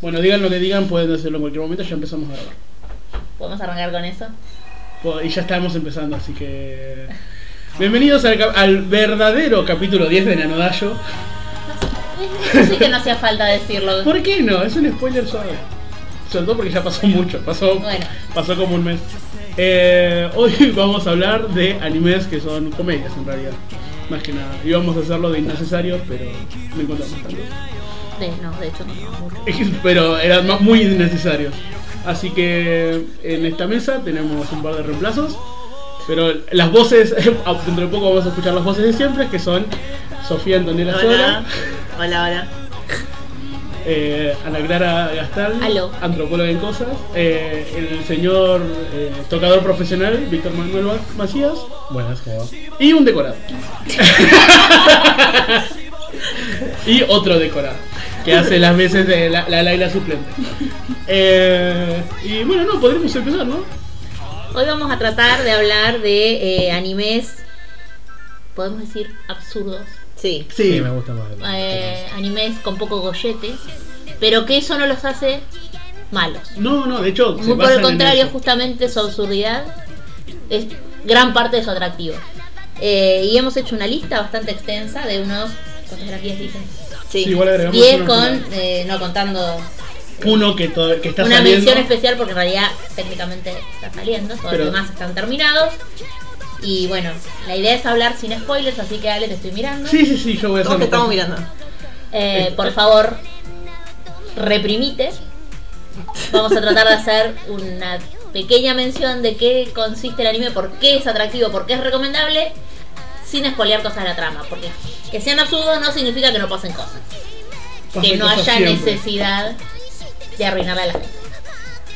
Bueno, digan lo que digan, pueden decirlo en cualquier momento, ya empezamos a grabar. ¿Podemos arrancar con eso? Po- Y ya estamos empezando, así que... Bienvenidos al, cap- al verdadero capítulo 10 de Nanodayo. No sé que no hacía falta decirlo. ¿Por qué no? Es un spoiler suave. Sobre todo porque ya pasó mucho, pasó, Bueno. pasó como un mes. Eh, hoy vamos a hablar de animes que son comedias en realidad, más que nada. Íbamos a hacerlo de innecesario, pero no encontramos tanto. De- no, de hecho no. Pero eran ma- muy innecesarios. Así que en esta mesa tenemos un par de reemplazos. Pero las voces, dentro de poco vamos a escuchar las voces de siempre, que son Sofía Antonella Sola, Hola. Hola, hola. eh, Ana Clara Gastal, Aló. antropóloga en cosas, eh, el señor eh, tocador profesional, Víctor Manuel Ma- Macías, Buenas, ¿cómo va? y un decorado. y otro decorado. Que hace las veces de la, la Laila suplente. Eh, y bueno, no, podremos empezar, ¿no? Hoy vamos a tratar de hablar de eh, animes, podemos decir, absurdos. Sí. Sí, me gusta más. Eh, animes con poco gollete, pero que eso no los hace malos. No, no, de hecho. se Muy por basan el en contrario, eso. justamente su absurdidad es gran parte de su atractivo. Eh, y hemos hecho una lista bastante extensa de unos... ¿Cuántos eran? 10 dicen? Sí, Sí. igual agregamos 10 uno con... final. eh, no contando Uno que, to- que está una saliendo. mención especial porque en realidad técnicamente está saliendo, todos Pero- los demás están terminados. Y bueno, la idea es hablar sin spoilers, así que Ale te estoy mirando. Sí, sí, sí, yo voy a hacer. Todos te estamos mirando. Eh, por favor, reprimite. Vamos a tratar de hacer una pequeña mención de qué consiste el anime, por qué es atractivo, por qué es recomendable, sin spoilear cosas de la trama. Porque que sean absurdos no significa que no pasen cosas, que no haya necesidad de arruinarle a la gente.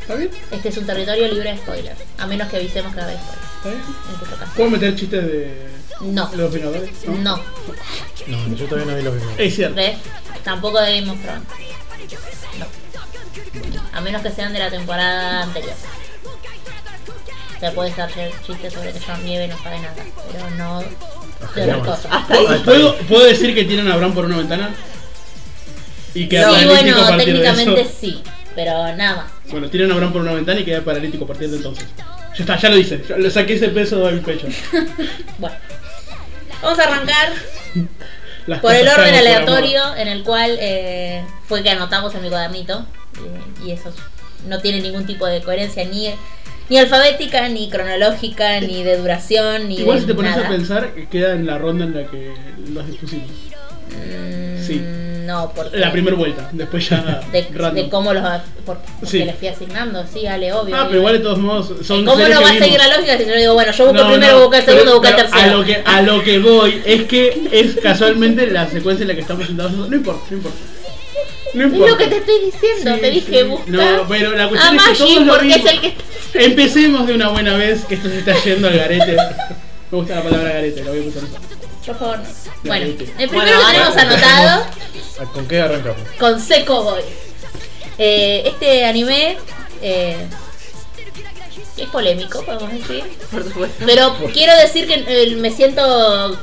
¿Está bien? Este es un territorio libre de spoilers, a menos que avisemos que va a haber spoilers. ¿Está bien? En tu caso. ¿Puedo meter chistes de No, los opinadores? no, No, yo todavía no vi Ah, los videos. Es cierto. ¿ves? Tampoco de Game of Thrones. No. A menos que sean de la temporada anterior. O sea, puede estar chiste sobre que John Nieve no sabe nada, pero no de otras Digamos. cosas. Hasta ahí. ¿Puedo, ¿Puedo decir que tienen a Bran por una ventana? Y queda Sí, paralítico a bueno, partir de eso. técnicamente sí, pero nada más. Bueno, tiran a Bran por una ventana y queda paralítico a partir de entonces. Ya está, ya lo hice. Ya le saqué ese peso del pecho. Bueno. Vamos a arrancar Las Por cosas el orden cambian por aleatorio en el cual eh, fue que anotamos en mi cuadernito. eh, y eso no tiene ningún tipo de coherencia ni, ni alfabética, ni cronológica, ni de duración, ni amor. Igual de si te pones nada. a pensar, que queda en la ronda en la que los dispusimos. Mm, sí. No, porque... La primera vuelta, después ya De, random. de cómo los... Por, porque Sí. les fui asignando, sí, Ale, obvio. ah, obvio. pero igual de todos modos son ¿Cómo series no va a que vimos. seguir la lógica si yo digo, bueno, yo busco No, el primero, no, busco el pero- segundo, busco el pero tercero? A lo, que, a lo que voy es que es casualmente la secuencia en la que estamos sentados. nosotros. No importa, no importa. No Es importa. lo que te estoy diciendo, Sí, te dije, sí. busca No, bueno, la a cuestión es que Maggi todos lo porque es vimos. el que está... Empecemos de una buena vez, que esto se está yendo al garete. Me gusta la palabra garete, la voy a usar. Por favor, no. Bueno, el viste. primero Bueno, lo tenemos vamos. anotado Ah, ¿Con qué arrancamos? con Seco Boy. Eh, este anime eh, es polémico, podemos decir. Por supuesto. Pero quiero decir que eh, me siento,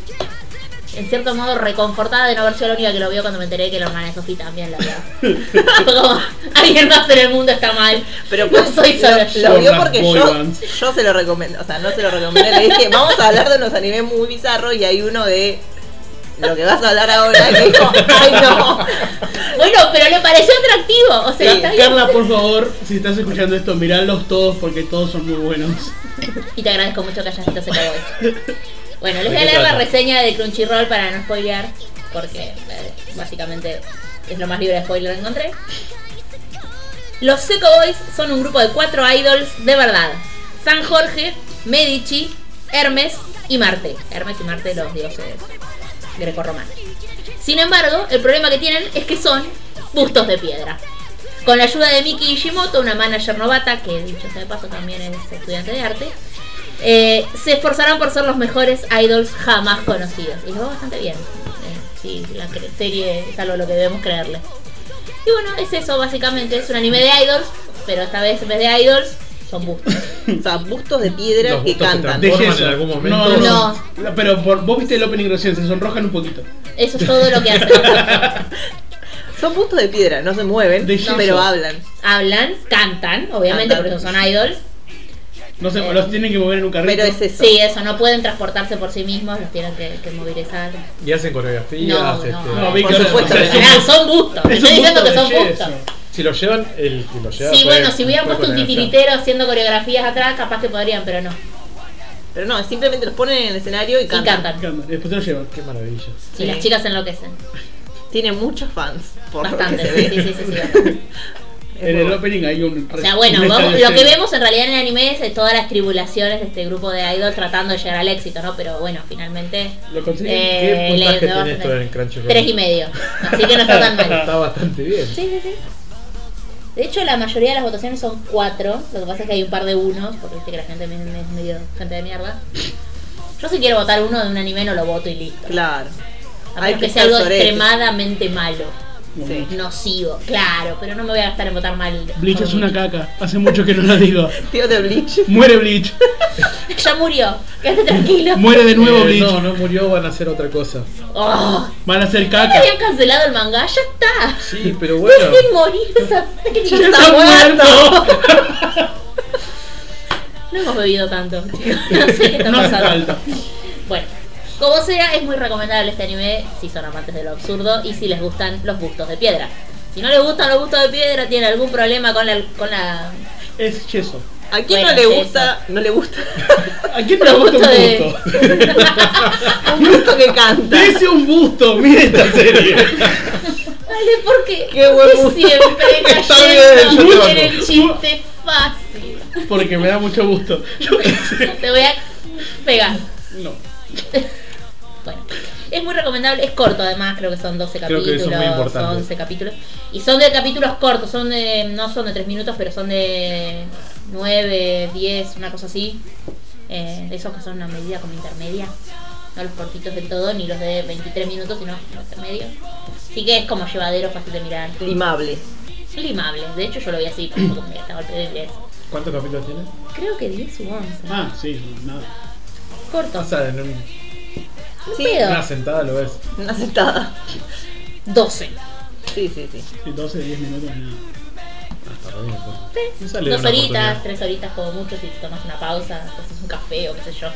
en cierto modo, reconfortada de no haber sido la única que lo vio cuando me enteré que la hermana de Sofi también la vio. Fue como, alguien más en el mundo está mal. Pero no soy sola Lo, yo. lo Por vio las porque boy yo, bands. yo se lo recomendé. O sea, no se lo recomendé. Le dije, vamos a hablar de unos animes muy bizarros y hay uno de lo que vas a hablar ahora. Y me dijo, ay no. Bueno, pero le pareció atractivo. O sea, está Ca- bien. Carla, por favor, si estás escuchando esto, miralos todos porque todos son muy buenos. Y te agradezco mucho que hayas visto ese cowboy. Bueno, les voy a ¿De qué leer la trata? reseña de Crunchyroll para no spoilear, porque eh, básicamente es lo más libre de spoiler que encontré. Los Seco Boys son un grupo de cuatro idols de verdad. San Jorge, Medici, Hermes y Marte. Hermes y Marte, los dioses grecorromanos. Sin embargo, el problema que tienen es que son bustos de piedra. Con la ayuda de Miki Ishimoto, una manager novata, que dicho sea de paso también es estudiante de arte, eh, se esforzarán por ser los mejores idols jamás conocidos. Y lo va bastante bien. si la cre- serie es algo a lo que debemos creerle. Y bueno, es eso básicamente. Es un anime de idols, pero esta vez en vez de idols son bustos. O sea, bustos de piedra Los que bustos se transforman. cantan. Deje en eso. algún momento. No, no, No. no. Pero por- vos viste el opening recién, se sonrojan un poquito. Eso es todo lo que hacen. Son puntos de piedra, no se mueven, De yeso. pero hablan. Hablan, cantan, obviamente, Cantan. por eso son idols. No sé, los tienen que mover en un carrito. Pero es eso. Sí, eso, no pueden transportarse por sí mismos, los tienen que, que movilizar. Y hacen coreografías. No, no. este, No, vi Por que ahora- supuesto o sea, que es no. un- Ah, son bustos, es me un estoy diciendo que gusto son de bustos. yeso. Si lo llevan, el que lo lleva. Sí, puede- bueno, si hubieran puede puesto un coreografiar. titiritero haciendo coreografías atrás, capaz que podrían, pero no. Pero no, simplemente los ponen en el escenario y Y cantan. cantan. Calma, Después te lo llevan. Qué maravilla. Y Sí. las chicas enloquecen. Tiene muchos fans, por Bastante. lo que se ve. Sí, sí, sí, sí, bastante. Es En muy el bueno. opening hay un. O sea, bueno, un vamos- estadio lo que lleno. vemos en realidad en el anime es de todas las tribulaciones de este grupo de idol tratando de llegar al éxito, ¿no? Pero bueno, finalmente. Lo consiguen. eh, ¿Qué puntaje le- tiene esto en Crunchyroll? Ah, Tres y medio. Así que no está tan mal. Está bastante bien. Sí, sí, sí. De hecho, la mayoría de las votaciones son cuatro. Lo que pasa es que hay un par de unos, porque viste que la gente me- es medio gente de mierda. Yo si quiero votar uno de un anime no lo voto y listo. Claro. A Hay menos que que sea algo ser sorete. extremadamente malo, Sí. nocivo, claro, pero no me voy a gastar en votar mal. Bleach por es una caca. Hace mucho que no lo digo. Tío de Bleach. Muere Bleach. Ya murió, quédate tranquilo. Muere de nuevo Eh, Bleach. No, no murió, van a hacer otra cosa. Oh, Van a hacer ya caca. habían cancelado el manga, ya está. Sí, pero bueno. Dejen morir esa serie. ¡Ya está muerto! No hemos bebido tanto, chicos. No sé qué está No hace pasando. falta. Bueno, como sea, es muy recomendable este anime si son amantes de lo absurdo y si les gustan los gustos de piedra. Si no les gustan los gustos de piedra, tienen algún problema con la. Con la Es yeso. ¿A quién Bueno, no le sí, gusta? No le gusta. ¿A quién le gusta un busto? Un gusto que canta. Dese un busto, mire esta serie. Dale, porque Qué buen usted gusto. siempre Está cayendo bien, yo te en el banco. chiste fácil. Porque me da mucho gusto. Yo qué sé. Te voy a pegar. No. Bueno, es muy recomendable, es corto además, creo que son 12 Creo capítulos, que eso es muy importante. son 11 capítulos. Y son de capítulos cortos, son de, no son de 3 minutos, pero son de 9, 10, una cosa así. Eh, de esos que son una medida como intermedia. No los cortitos del todo, ni los de 23 minutos, sino los intermedios. Así que es como llevadero, fácil de mirar. Limable. Limable, de hecho yo lo vi así, tampoco me está golpe de inglés. ¿Cuántos capítulos tiene? Creo que 10 u 11. Ah, sí, nada. Corto. Ah, O sea, en un- Un sí, pedo. una sentada lo ves. Una sentada. 12. Sí, sí, sí. Sí, 12, 10 minutos, nada. Hasta re Ah, bien, pues. entonces. Me Tres, sale dos una horitas, oportunidad. tres horitas como mucho si tomas una pausa, te haces un café o qué sé yo.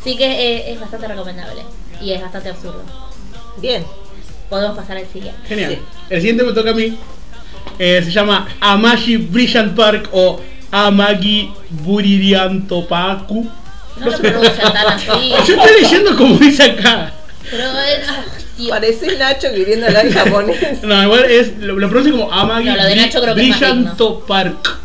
Así que eh, es bastante recomendable y es bastante absurdo. Bien. Podemos pasar al siguiente. Genial. Sí. El siguiente me toca a mí. Eh, se llama Amagi Brilliant Park o Amagi Buririantopaku. No lo pronuncian tan así, Yo estoy leyendo como dice acá. pero eh, ah, Dios. Parece Nacho queriendo hablar japonés. No, igual es, lo, lo pronuncia como Amagi No, lo de Nacho creo que es más Brillantopark.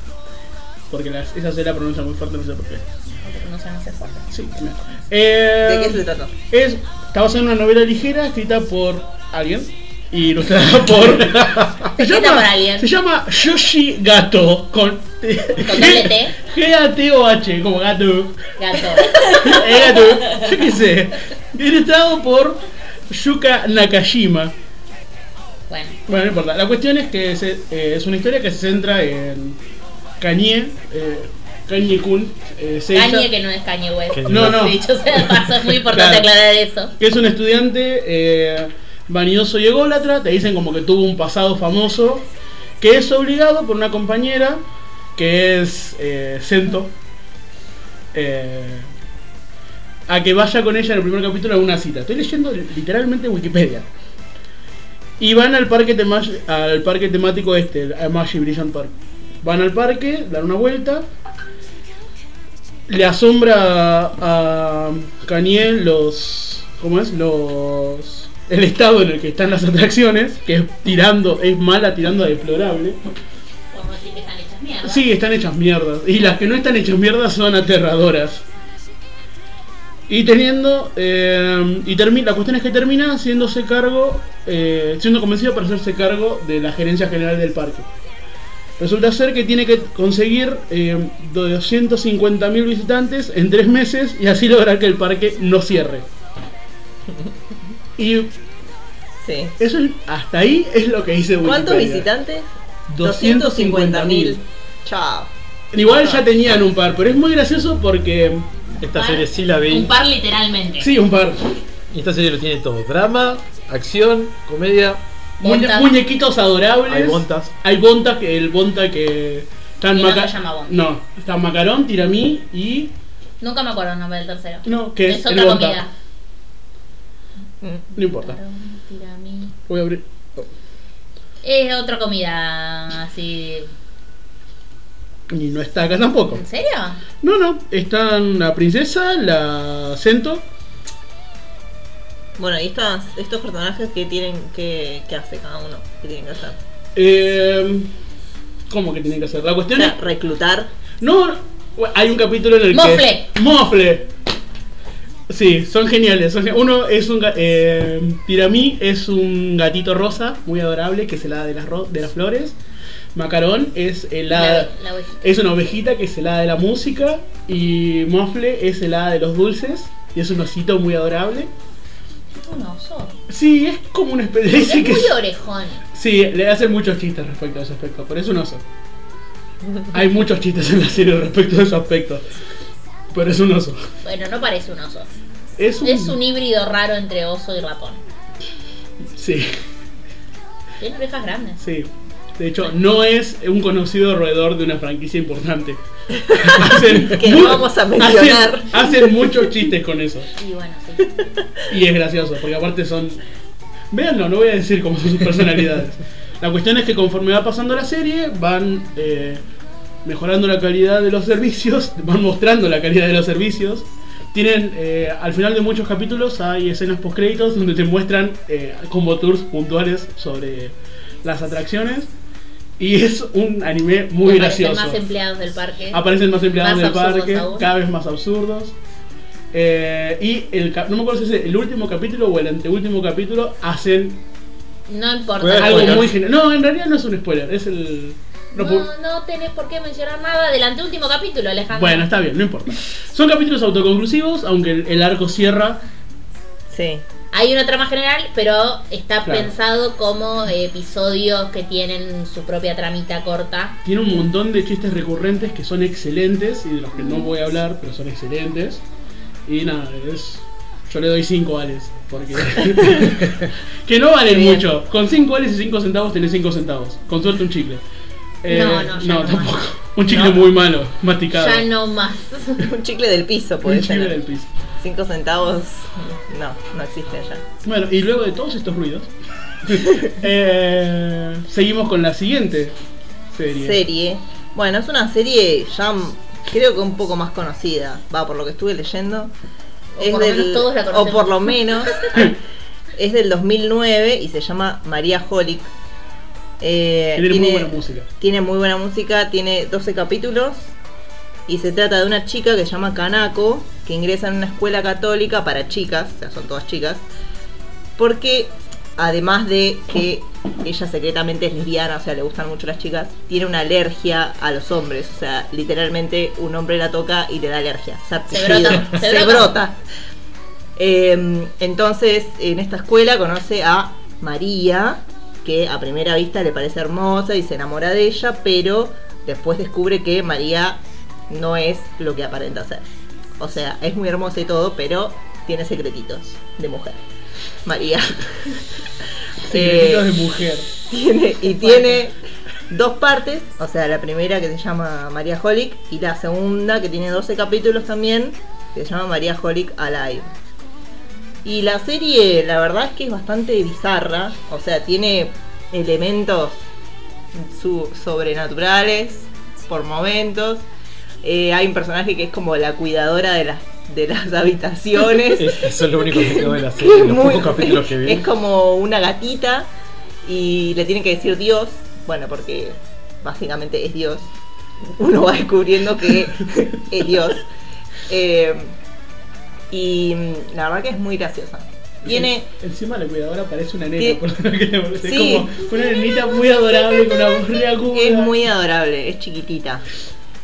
Porque las- esa se la pronuncia muy fuerte, no sé por qué. No se pronuncian así fuerte. Sí, también. Eh, ¿De qué se trata? Es, está basada en una novela ligera escrita por alguien y ilustrada por. se, Escrita por alguien. se llama Yoshi Gato con. doble T. G-A-T-O-H, como gato. Gato. Eh, gato, yo qué sé. Ilustrado por Yuka Nakashima. Bueno, Bueno, no importa. La cuestión es que se- eh, es una historia que se centra en Kanye. Eh, Kanye Kun. Eh, Seiya. Kanye que no es Kanye West. Kanye No, no. Dicho sea de paso, es muy importante Claro. aclarar eso. que es un estudiante eh, vanidoso y ególatra, te dicen como que tuvo un pasado famoso, que es obligado por una compañera que es eh, Sento, eh, a que vaya con ella en el primer capítulo a una cita. Estoy leyendo literalmente Wikipedia. Y van al parque, tema- al parque temático este, a Magic Brilliant Park. Van al parque, dan una vuelta, le asombra a, a Kanye los. ¿Cómo es? Los. El estado en el que están las atracciones, que es tirando, es mala tirando a deplorable. Como decir que están hechas mierda. Sí, están hechas mierdas. Y las que no están hechas mierdas son aterradoras. Y teniendo. eh, y termi- la cuestión es que termina haciéndose cargo. eh, siendo convencido para hacerse cargo de la gerencia general del parque. Resulta ser que tiene que conseguir eh, 250.000 visitantes en tres meses y así lograr que el parque no cierre. Y Sí. eso es- hasta ahí es lo que dice ¿Cuántos Wikipedia. visitantes? 250.000. Chao. Igual ya tenían un par, pero es muy gracioso porque. Esta serie sí la vi. Un par literalmente. Sí, un par. Y esta serie lo tiene todo. Drama, acción, comedia, Muñe- Bontas. muñequitos adorables. Hay bontas. Hay Bonta, que el Bonta que. Está en Y no Maca- se llama Bonta. No, está Macarón, Tiramí y. Nunca me acuerdo el nombre del tercero. No, que es, es el otra Bonta. comida. Mm. No importa. Tarón, tiramí. Voy a abrir. Es otra comida así. Y no está acá tampoco. ¿En serio? No, no. Están la princesa, la Cento. Bueno, y estas, estos personajes que tienen que, que hace cada uno, que tienen que hacer. Eh, ¿Cómo que tienen que hacer? La O cuestión es. sea, reclutar. No, bueno, hay un capítulo en el Mofle. que. Mofle. Sí, son geniales. son gen- Uno es un. ga- Eh, Piramí es un gatito rosa, muy adorable, que se la da de las, ro- de las flores. Macarón es el hada. La, la ovejita. Es una ovejita que es el hada de la música. Y Mofle es el hada de los dulces. Y es un osito muy adorable. Un oso. Sí, es como una especie. Es sí que muy es- orejón. Sí, le hacen muchos chistes respecto a ese aspecto, pero es un oso. Hay muchos chistes en la serie respecto a ese aspecto, pero es un oso. Bueno, no parece un oso. Es un... Es un híbrido raro entre oso y ratón. Sí, Tiene orejas grandes. sí. De hecho, no es un conocido roedor de una franquicia importante. Hacen Que no mu- vamos a mencionar. Hacen, hacen muchos chistes con eso. Y bueno, sí. Y es gracioso, porque aparte son... Véanlo, no voy a decir cómo son sus personalidades. La cuestión es que conforme va pasando la serie, van eh, mejorando la calidad de los servicios, van mostrando la calidad de los servicios. Tienen, eh, al final de muchos capítulos hay escenas post créditos donde te muestran eh, combo tours puntuales sobre las atracciones. Y es un anime muy Y aparecen gracioso. más empleados del parque. Aparecen más empleados Más del absurdos parque, aún. cada vez más absurdos. Eh, y el, cap- no me acuerdo si es el último capítulo o el anteúltimo capítulo hacen No Voy a importa. algo spoiler. muy genial. No, en realidad no es un spoiler, es el. no pu- No, no tenés por qué mencionar nada del anteúltimo capítulo, Alejandro. bueno, está bien, no importa. Son capítulos autoconclusivos, aunque el, el arco cierra. Sí. Hay una trama general, pero está Claro. pensado como episodios que tienen su propia tramita corta. Tiene un montón de chistes recurrentes que son excelentes y de los que no voy a hablar, pero son excelentes. Y nada, es. Yo le doy 5 vales, porque. que no valen Bien. mucho. Con 5 vales y 5 centavos tenés 5 centavos. Con suerte un chicle. Eh, No, no, ya no tampoco. más. Un chicle No. muy malo, masticado. Ya no más. Un chicle del piso Un puede chicle ser. del piso. Cinco centavos. No, no existe ya. Bueno, y luego de todos estos ruidos, eh, seguimos con la siguiente serie. Serie. Bueno, es una serie ya m- creo que un poco más conocida. Va, por lo que estuve leyendo. O por lo menos todos la o conocemos. por lo menos. es del 2009 y se llama María Holic. Eh, Tiene muy buena música. Tiene muy buena música, tiene 12 capítulos y se trata de una chica que se llama Kanako, que ingresa en una escuela católica para chicas, o sea, son todas chicas, porque además de que ella secretamente es lesbiana, o sea, le gustan mucho las chicas, tiene una alergia a los hombres, o sea, literalmente un hombre la toca y le da alergia. O sea, Se brota, se se brota. brota. Eh, entonces, en esta escuela conoce a María, que a primera vista le parece hermosa y se enamora de ella, pero después descubre que María no es lo que aparenta ser. O sea, es muy hermosa y todo, pero tiene secretitos de mujer. María. Secretitos Eh, de mujer. tiene, y tiene dos partes, o sea, la primera que se llama María Holic y la segunda que tiene 12 capítulos también, que se llama María Holic Alive. Y la serie, la verdad es que es bastante bizarra, o sea, tiene elementos su- sobrenaturales por momentos. Eh, hay un personaje que es como la cuidadora de las, de las habitaciones. Es- Eso es lo único que quedó de la Sí, serie. Los muy- pocos capítulos que vi. es como una gatita y le tienen que decir Dios, bueno, porque básicamente es Dios. Uno va descubriendo que es Dios. Eh, y mm, la verdad que es muy graciosa. Tiene, Encima la cuidadora parece una Tiene- nena. Por lo que me parece. Sí. Es como una nenita muy adorable con una burla aguda. es muy adorable, es chiquitita.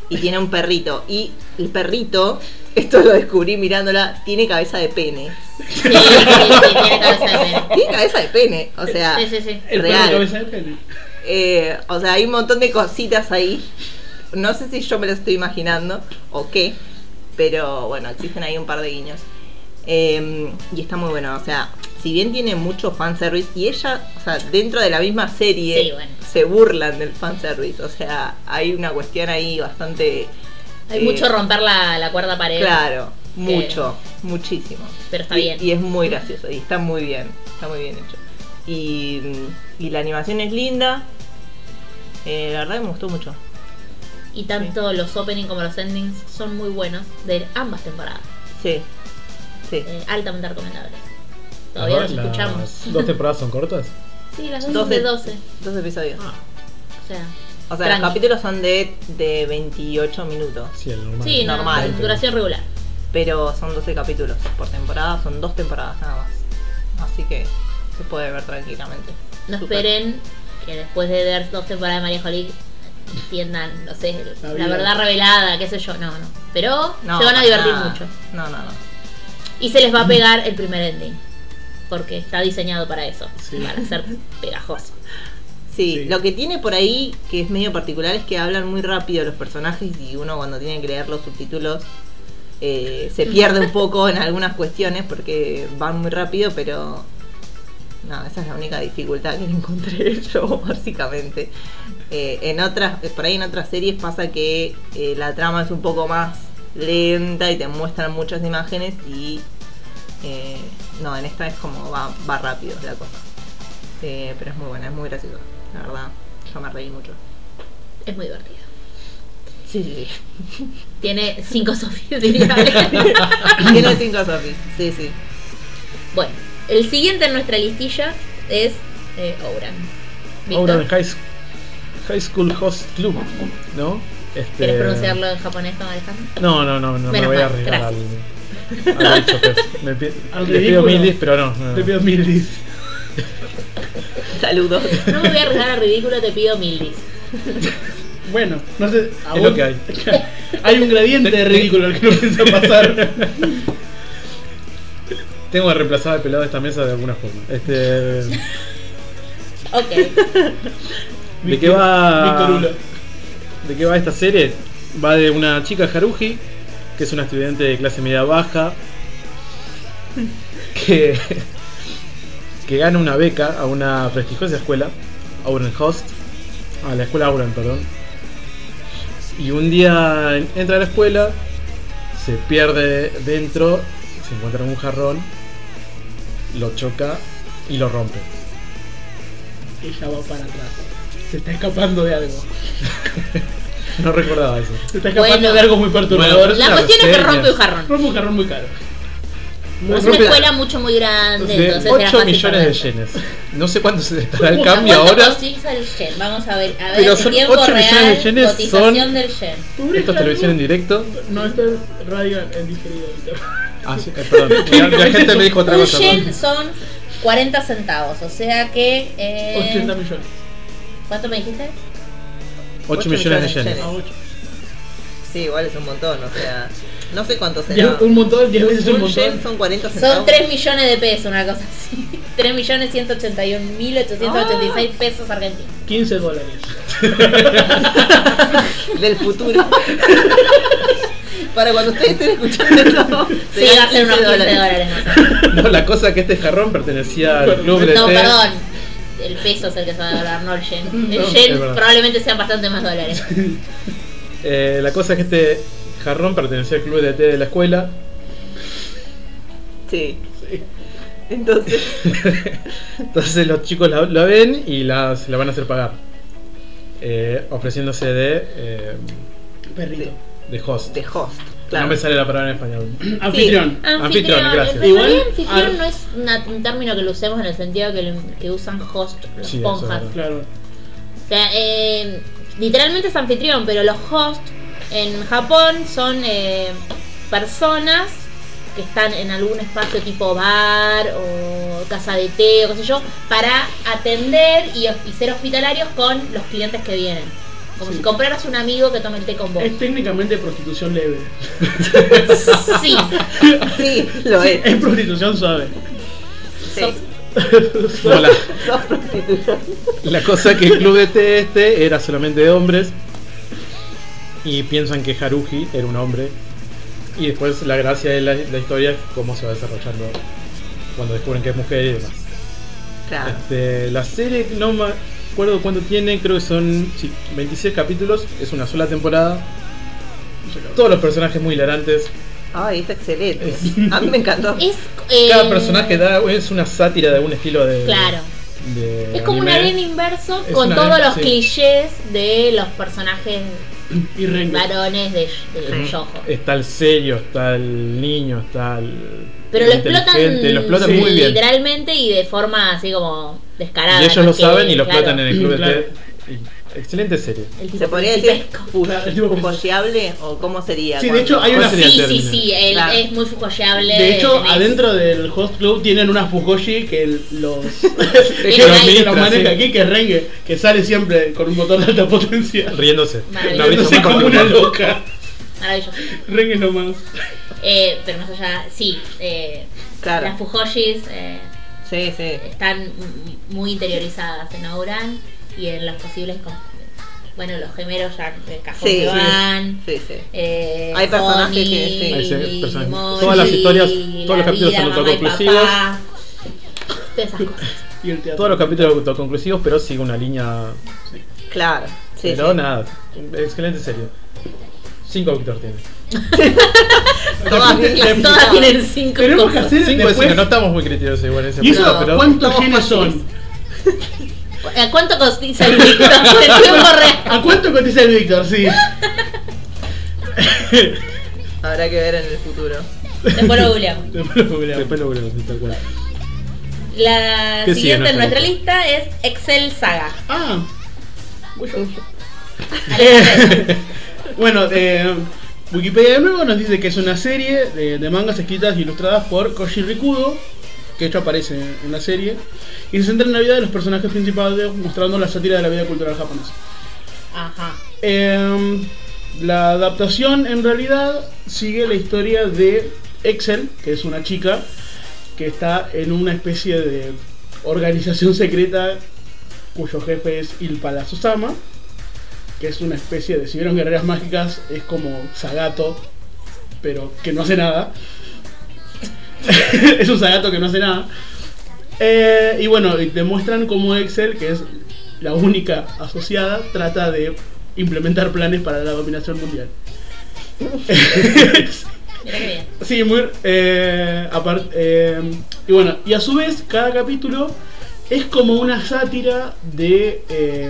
Y tiene un perrito. Y el perrito, esto lo descubrí mirándola, tiene cabeza de pene. Sí, sí, sí, tiene cabeza de pene. Tiene cabeza de pene. O sea, Sí, sí, sí. El perro real. cabeza de pene. Eh, o sea, hay un montón de cositas ahí. No sé si yo me lo estoy imaginando o qué, pero bueno, existen ahí un par de guiños. Eh, y está Em, muy bueno, o sea, si bien tiene mucho fanservice, y ella, o sea, dentro de la misma serie, Sí, bueno. se burlan del fanservice. O sea, hay una cuestión ahí bastante. Hay eh, mucho romper la, la cuarta pared. Claro, mucho, muchísimo. Pero está Y- bien. Y, es muy gracioso, y está muy bien, está muy bien hecho. Y, y la animación es linda. Eh, la verdad que me gustó mucho. Y tanto los openings como los endings son muy buenos de ambas temporadas. Sí, sí. Eh, altamente recomendables. Todavía Las los dos- escuchamos. las ¿Dos temporadas son cortas? Sí, las dos son Doce. de 12. Dos episodios. Ah, O sea, O sea, Tranqui. los capítulos son de, de 28 minutos, sí, el normal. sí, normal. normal. duración regular. pero son 12 capítulos por temporada, son dos temporadas nada más. Así que se puede ver tranquilamente. No Súper. esperen que después de ver dos temporadas de María Jolie entiendan, no sé, La la, vida. verdad revelada, qué sé yo. No, no. Pero No, se van a para divertir nada. mucho. No, no, no. Y se les va a pegar el primer ending. Porque está diseñado para eso. Sí. Para ser pegajoso. Sí, Sí. lo que tiene por ahí, que es medio particular, es que hablan muy rápido los personajes y uno cuando tiene que leer los subtítulos eh, se pierde un poco en algunas cuestiones porque van muy rápido, pero no, esa es la única dificultad que le encontré yo, básicamente. Eh, en otras, por ahí en otras series pasa que eh, la trama es un poco más lenta y te muestran muchas imágenes y eh, no, en esta es como va, va rápido la cosa. Eh, pero es muy buena, es muy graciosa, la verdad. Yo me reí mucho. Es muy divertido. Sí, sí, sí. Tiene cinco sofisticables. Tiene cinco Sofis. Sí, sí. bueno, el siguiente en nuestra listilla es eh, Ouran. Víctor, Auran Ah, High, S- High School Host Club, ¿no? Este... eh, ¿Quieres pronunciarlo en japonés como Alejandro? No, no, no, no me Menos voy a mal, arriesgar al. al chofer. Me pi- Al le pido ridículo. mil dis, pero no. no. Te pido mil dis. Saludos. No me voy a arriesgar a ridículo, te pido mil dis. Bueno, no sé. a Es vos- lo que hay. Hay un gradiente de ridículo al que no piensa pasar. Tengo que reemplazar al pelado de esta mesa de alguna forma. Este, ¿De Ok, qué va? Víctor Hulo. ¿De qué va esta serie? Va de una chica Haruji, que es una estudiante de clase media baja, que, que gana una beca a una prestigiosa escuela, Auron Host, a la escuela Auron, perdón. Y un día entra a la escuela, se pierde dentro, se encuentra en un jarrón, lo choca y lo rompe. Ella va para atrás. Se está escapando de algo. No recordaba eso. Se está escapando Bueno. de algo muy perturbador. Bueno, la Claro, cuestión es que serio. rompe un jarrón. Rompe un jarrón muy caro. Es una escuela mucho muy grande, de entonces era 8 fácil millones de perder. yenes. No sé cuánto se estará el ¿A cambio ¿Cuánto ahora. cotiza el yen? Vamos a ver, a ver Pero en son tiempo ocho millones real, de yenes, cotización son- del yen. Pobre Esto es Jarón. televisión en directo. No, esto es radio en diferido. Ah, sí, eh, perdón. La, la gente me dijo otra Un cosa. yen perdón. son 40 centavos, o sea que... eh, 80 millones. ¿Cuánto me dijiste? 8 millones de yenes. A 8. Sí, igual es un montón, o sea. No sé cuánto será. Diez- Un montón, 10 veces un Un yen montón. son 40 centavos. Son 3 millones de pesos, una cosa así. 3 millones 181 mil 886 pesos argentinos. 15 dólares. del futuro. Para cuando ustedes estén escuchando esto. Sí, va a ser unos 15 dólares más. No, la cosa es que este jarrón pertenecía al club de No, té. perdón. El peso es el que se va a valorar, no el yen. El No, yen es verdad. probablemente sean bastante más dólares. Eh, la cosa es que este jarrón pertenecía al club de té de la escuela. Sí. Entonces, Entonces los chicos la, la ven y la, se la van a hacer pagar. Eh, ofreciéndose de, eh, Perrito. de host. de host. Claro. No me sale la palabra en español. Anfitrión. Anfitrión, gracias. En realidad, Igual, anfitrión ar- no es una- un término que lo usemos en el sentido que, lo- que usan host, los Sí, eso es ponjas. verdad. Claro. O sea, eh, literalmente es anfitrión, pero los host en Japón son eh, personas que están en algún espacio tipo bar o casa de té o qué sé yo, para atender y, y ser hospitalarios con los clientes que vienen. Como Sí. si compraras un amigo que tome el té con vos. Es técnicamente prostitución leve. Sí, Sí, lo es. Es prostitución suave. Sí. Como la- Sos prostituta. La cosa que el club de té este era solamente de hombres y piensan que Haruji era un hombre y después la gracia de la, la historia es cómo se va desarrollando cuando descubren que es mujer y demás. Ah. Claro. Este, la serie no me acuerdo cuánto tiene, creo que son sí, 26 capítulos, es una sola temporada. Todos los personajes muy hilarantes. Ay, está excelente. A mí me encantó. Es, eh, Cada personaje da, es una sátira de un estilo de. Claro. de Es como un anime. arena inverso Es con una todos arena, los sí. clichés de los personajes Y Rengo. varones de, de Sí. Yojo. Está el serio, está el niño, está el. Pero el lo explotan, inteligente, Lo explotan sí, muy bien. literalmente y de forma así como descarada. Y ellos no lo es que, saben y lo claro, explotan en el club Claro. de Ted. Y- Excelente serie. el tipo ¿Se podría decir principesco. fu- Claro, el tipo que- fujoseable o cómo sería? Sí, de cuando- hecho, hay ¿Cuál una sería? Sí, sí, término. sí, él Claro. es muy fujoyable. De hecho, tenés- adentro del host club tienen una Fugoshi que el- los que ahí. los que Administra, los maneja sí. aquí, que es Rengue, que sale siempre con un motor de alta potencia. Riéndose. Maravilloso. No, Riéndose Riéndose más como corto, una más. loca. Maravilloso. Rengue nomás. Eh, pero más allá, sí. Eh, Claro. Las fujoyis eh, Sí, sí. están m- muy interiorizadas en Auran y en los posibles. con- Bueno, los gemelos ya de cajón Sí, que sí. van. Sí, sí. eh, Hay personajes Bonnie, que sí. Hay se- personajes. Molly, Todas las historias, la todos los capítulos vida, son mamá y autoconclusivos. papá, Todas esas cosas. Y el teatro. Todos los capítulos autoconclusivos, pero sigue una línea. Claro. Sí, pero sí. nada, excelente serie. Cinco Víctor tiene. Todas Tenemos- Todas tienen cinco Tenemos que cosas. hacer Cinco de después- cinco, no estamos muy críticos igual en ese ¿Y eso punto, pero cuántos Estamos yenes son? fáciles. ¿A cuánto cotiza el Víctor en tiempo real? ¿A cuánto cotiza el Víctor? Sí. Habrá que ver en el futuro. Después lo googleamos. Después lo googleamos. después lo volvemos tal cual. La ¿Qué sigue siguiente en en nuestra nuestra lista es Excel Saga. Ah. Bueno. Alejandro. Bueno, eh, Wikipedia de nuevo nos dice que es una serie de, de mangas escritas y ilustradas por Koji Rikudo, que esto aparece en, en la serie, y se centra en la vida de los personajes principales, mostrando la sátira de la vida cultural japonesa. Ajá. Eh, la adaptación en realidad sigue la historia de Excel, que es una chica que está en una especie de organización secreta cuyo jefe es Il Palazzosama, que es una especie de, si vieron guerreras mágicas, es como Sagato, pero que no hace nada. es un Sagato que no hace nada. Eh, y bueno, y demuestran cómo Excel, que es la única asociada, trata de implementar planes para la dominación mundial. Mira qué bien. Sí, muy. eh, apart- eh, y bueno, y a su vez, cada capítulo es como una sátira de eh,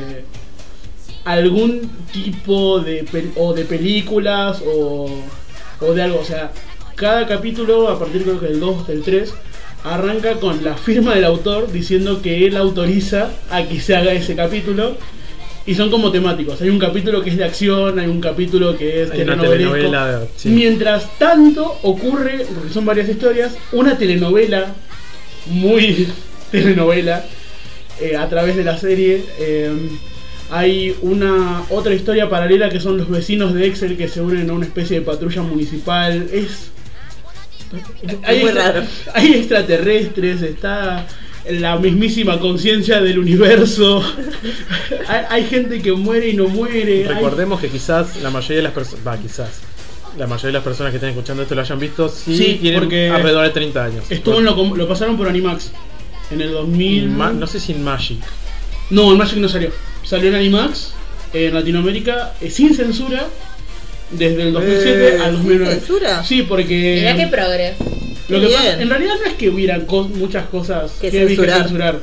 algún tipo de. pel- o de películas o, o de algo. O sea, cada capítulo, a partir creo que del 2 del 3, arranca con la firma del autor diciendo que él autoriza a que se haga ese capítulo. Y son como temáticos. Hay un capítulo que es de acción, hay un capítulo que es Hay una telenovelesco. telenovela, sí. Mientras tanto ocurre, porque son varias historias, una telenovela, muy telenovela, eh, a través de la serie. eh, hay una otra historia paralela que son los vecinos de Excel que se unen a una especie de patrulla municipal. Es. Hay, muy extra- raro. hay extraterrestres, está la mismísima conciencia del universo. hay, hay gente que muere y no muere. hay- Recordemos que quizás la mayoría de las personas, va, quizás la mayoría de las personas que están escuchando esto lo hayan visto, sí, Sí, tienen porque alrededor de 30 años. Pues, Estuvo en lo, com- lo pasaron por Animax en el 2000. Ma- no sé si en Magic. No, el Magic no salió. Salió en Animax, en Latinoamérica, eh, sin censura, desde el 2007 Eh, al ¿sin 2009. censura? Sí, porque. Mira qué progres. lo que Bien. pasa, en realidad no es que hubieran co- muchas cosas Que había censurar. censurar.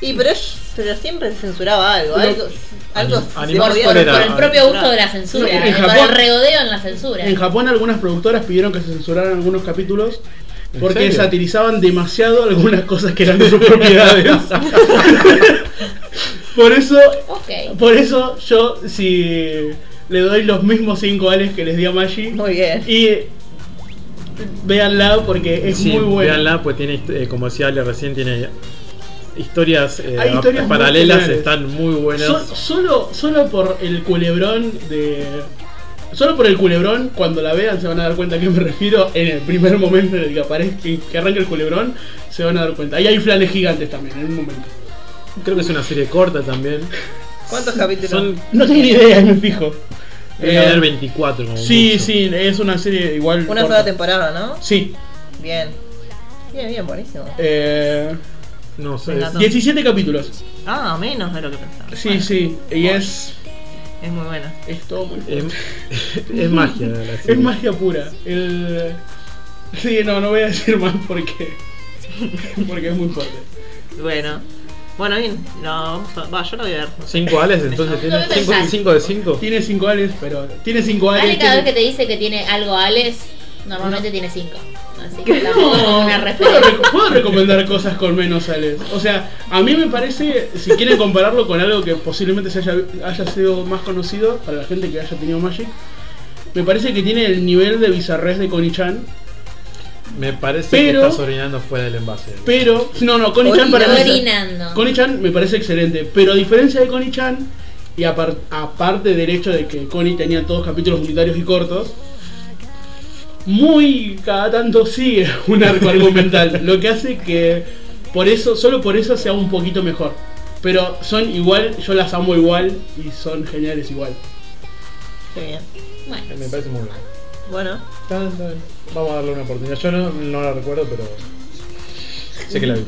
Y pero, es- pero siempre se censuraba algo. Lo- Algo, algo Ani- se Animal podía- Por, Por era- el Ah. propio gusto de la censura. No, en eh, por Japón- el regodeo en la censura. En Japón, algunas productoras pidieron que se censuraran algunos capítulos ¿En porque serio? satirizaban demasiado algunas cosas que eran de sus propiedades. Por eso Ok. Por eso yo si le doy los mismos 5 ales que les di a Maggi Muy bien. y eh, véanla porque es Sí, muy buena. véanla, pues tiene, hist- eh, como decía Ale recién, tiene historias, eh, Hay historias muy paralelas, geniales. están muy buenas. So- solo, solo por el culebrón de. Solo por el culebrón, cuando la vean se van a dar cuenta a qué me refiero. En el primer momento en el que aparezca que, que arranque el culebrón, se van a dar cuenta. Y hay flanes gigantes también, en un momento. Creo que es una serie corta también. ¿Cuántos capítulos? Son No tengo ni idea, me fijo. deben Eh, haber 24 como sí, mucho. sí, es una serie igual. Una corta. sola temporada, ¿no? Sí, Bien. Bien, bien, buenísimo. Eh, No sé. Venga, 17 capítulos. Ah, menos de lo que pensaba. Sí, sí. Y es. Es muy buena. Es todo muy. Es, es magia la Es serie. magia pura. El... Sí, no, no voy a decir más porque. Porque es muy fuerte. Bueno. Bueno, bien. No, vamos a- va, yo lo voy a ver. no sé. Cinco ales, entonces No, tiene no cinco, pensás. cinco de cinco. Tiene 5 ales, pero. Tiene 5 ales. Ale cada vez que tiene- te dice que tiene algo Alex, normalmente tiene 5. Así que tampoco es No, una puedo, referencia. rec- puedo recomendar cosas con menos ales. O sea, a mí me parece, si quieren compararlo con algo que posiblemente se haya, haya sido más conocido para la gente que haya tenido Magic, me parece que tiene el nivel de bizarrés de Connie-chan, Me parece Pero- que estás orinando fuera del envase. pero... No, no, Connie-chan para mí... es- Orinando. Connie-chan me parece excelente, pero a diferencia de Connie-chan, y apar- aparte del hecho de que Connie tenía todos capítulos unitarios y cortos, muy cada tanto sigue un arco argumental, lo que hace que por eso, solo por eso sea un poquito mejor. Pero son igual, yo las amo igual y son geniales igual. Qué bien. Bueno, Eh, Me parece muy bueno. Bueno. Está- está bien. Vamos a darle una oportunidad. Yo no, no la recuerdo, pero. Sé que la vi.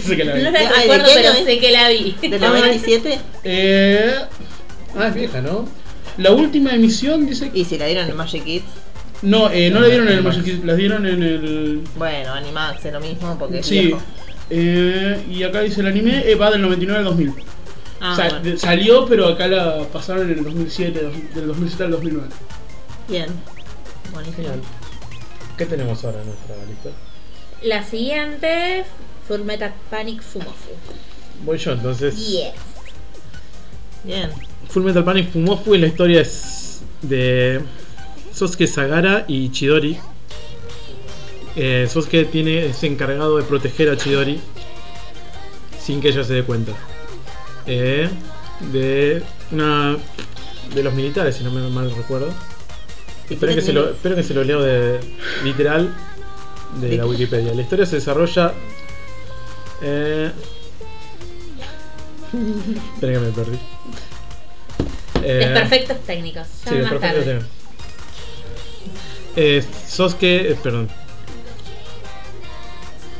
Sé que la vi. no la Ay, ¿de recuerdo, qué pero año es? sé que la vi. ¿De la Ah, 97? Eh, Ah, es vieja, ¿no? la última emisión dice que... Y si la dieron en Magic Kids. No, eh, no la dieron en el Magic Kids, las dieron en el Bueno, Animax es lo mismo porque es Sí. viejo. Eh, y acá dice el anime, eh, va del 99 al 2000. Ah, O sea, bueno. de- salió, pero acá la pasaron en el 2007, dos- del 2007 al 2009. Bien. Buenísimo. Genial. ¿Qué tenemos ahora en nuestra lista? La siguiente, Fullmetal Panic Fumofu. Voy yo entonces. Yes. Bien. Full Metal Panic Fumofu es la historia es de Sosuke Sagara y Chidori. Eh, Sosuke tiene, es encargado de proteger a Chidori sin que ella se dé cuenta. Eh, de una de los militares, si no me mal recuerdo. Espero que, se lo, espero que se lo leo de literal de la Wikipedia. La historia se desarrolla. Eh... Espera que me perdí. Eh, Desperfectos técnicos. Ya Sí, más perfecto. tarde. Eh, Sosuke. eh, perdón.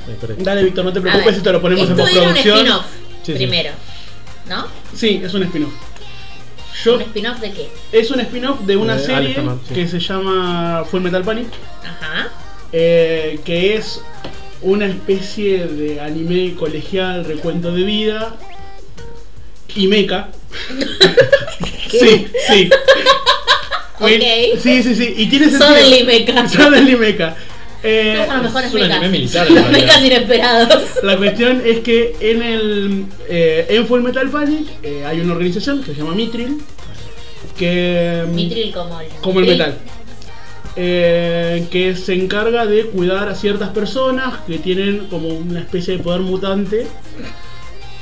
Me perdí. Dale, Víctor, no te A preocupes, ver, esto lo ponemos en esto era un postproducción. spin-off Sí, sí. primero. ¿No? Sí, es un spin-off. Yo, ¿Un spin-off de qué? es un spin-off de una Eh, Alex serie Tamar, sí. que se llama Full Metal Panic, Ajá. eh, que es una especie de anime colegial, recuento de vida y meca. Sí, sí. Ok. Sí, sí, sí. Y tiene sentido. Suddenly Mecha. Suddenly Mecha. Eh, Son los mejores es un anime mechas. militar, en Los realidad. mechas inesperados. la cuestión es que en el eh, en Full Metal Panic eh, hay una organización que se llama Mitril que mm, Mitril como el. como el mitril. metal eh, que se encarga de cuidar a ciertas personas que tienen como una especie de poder mutante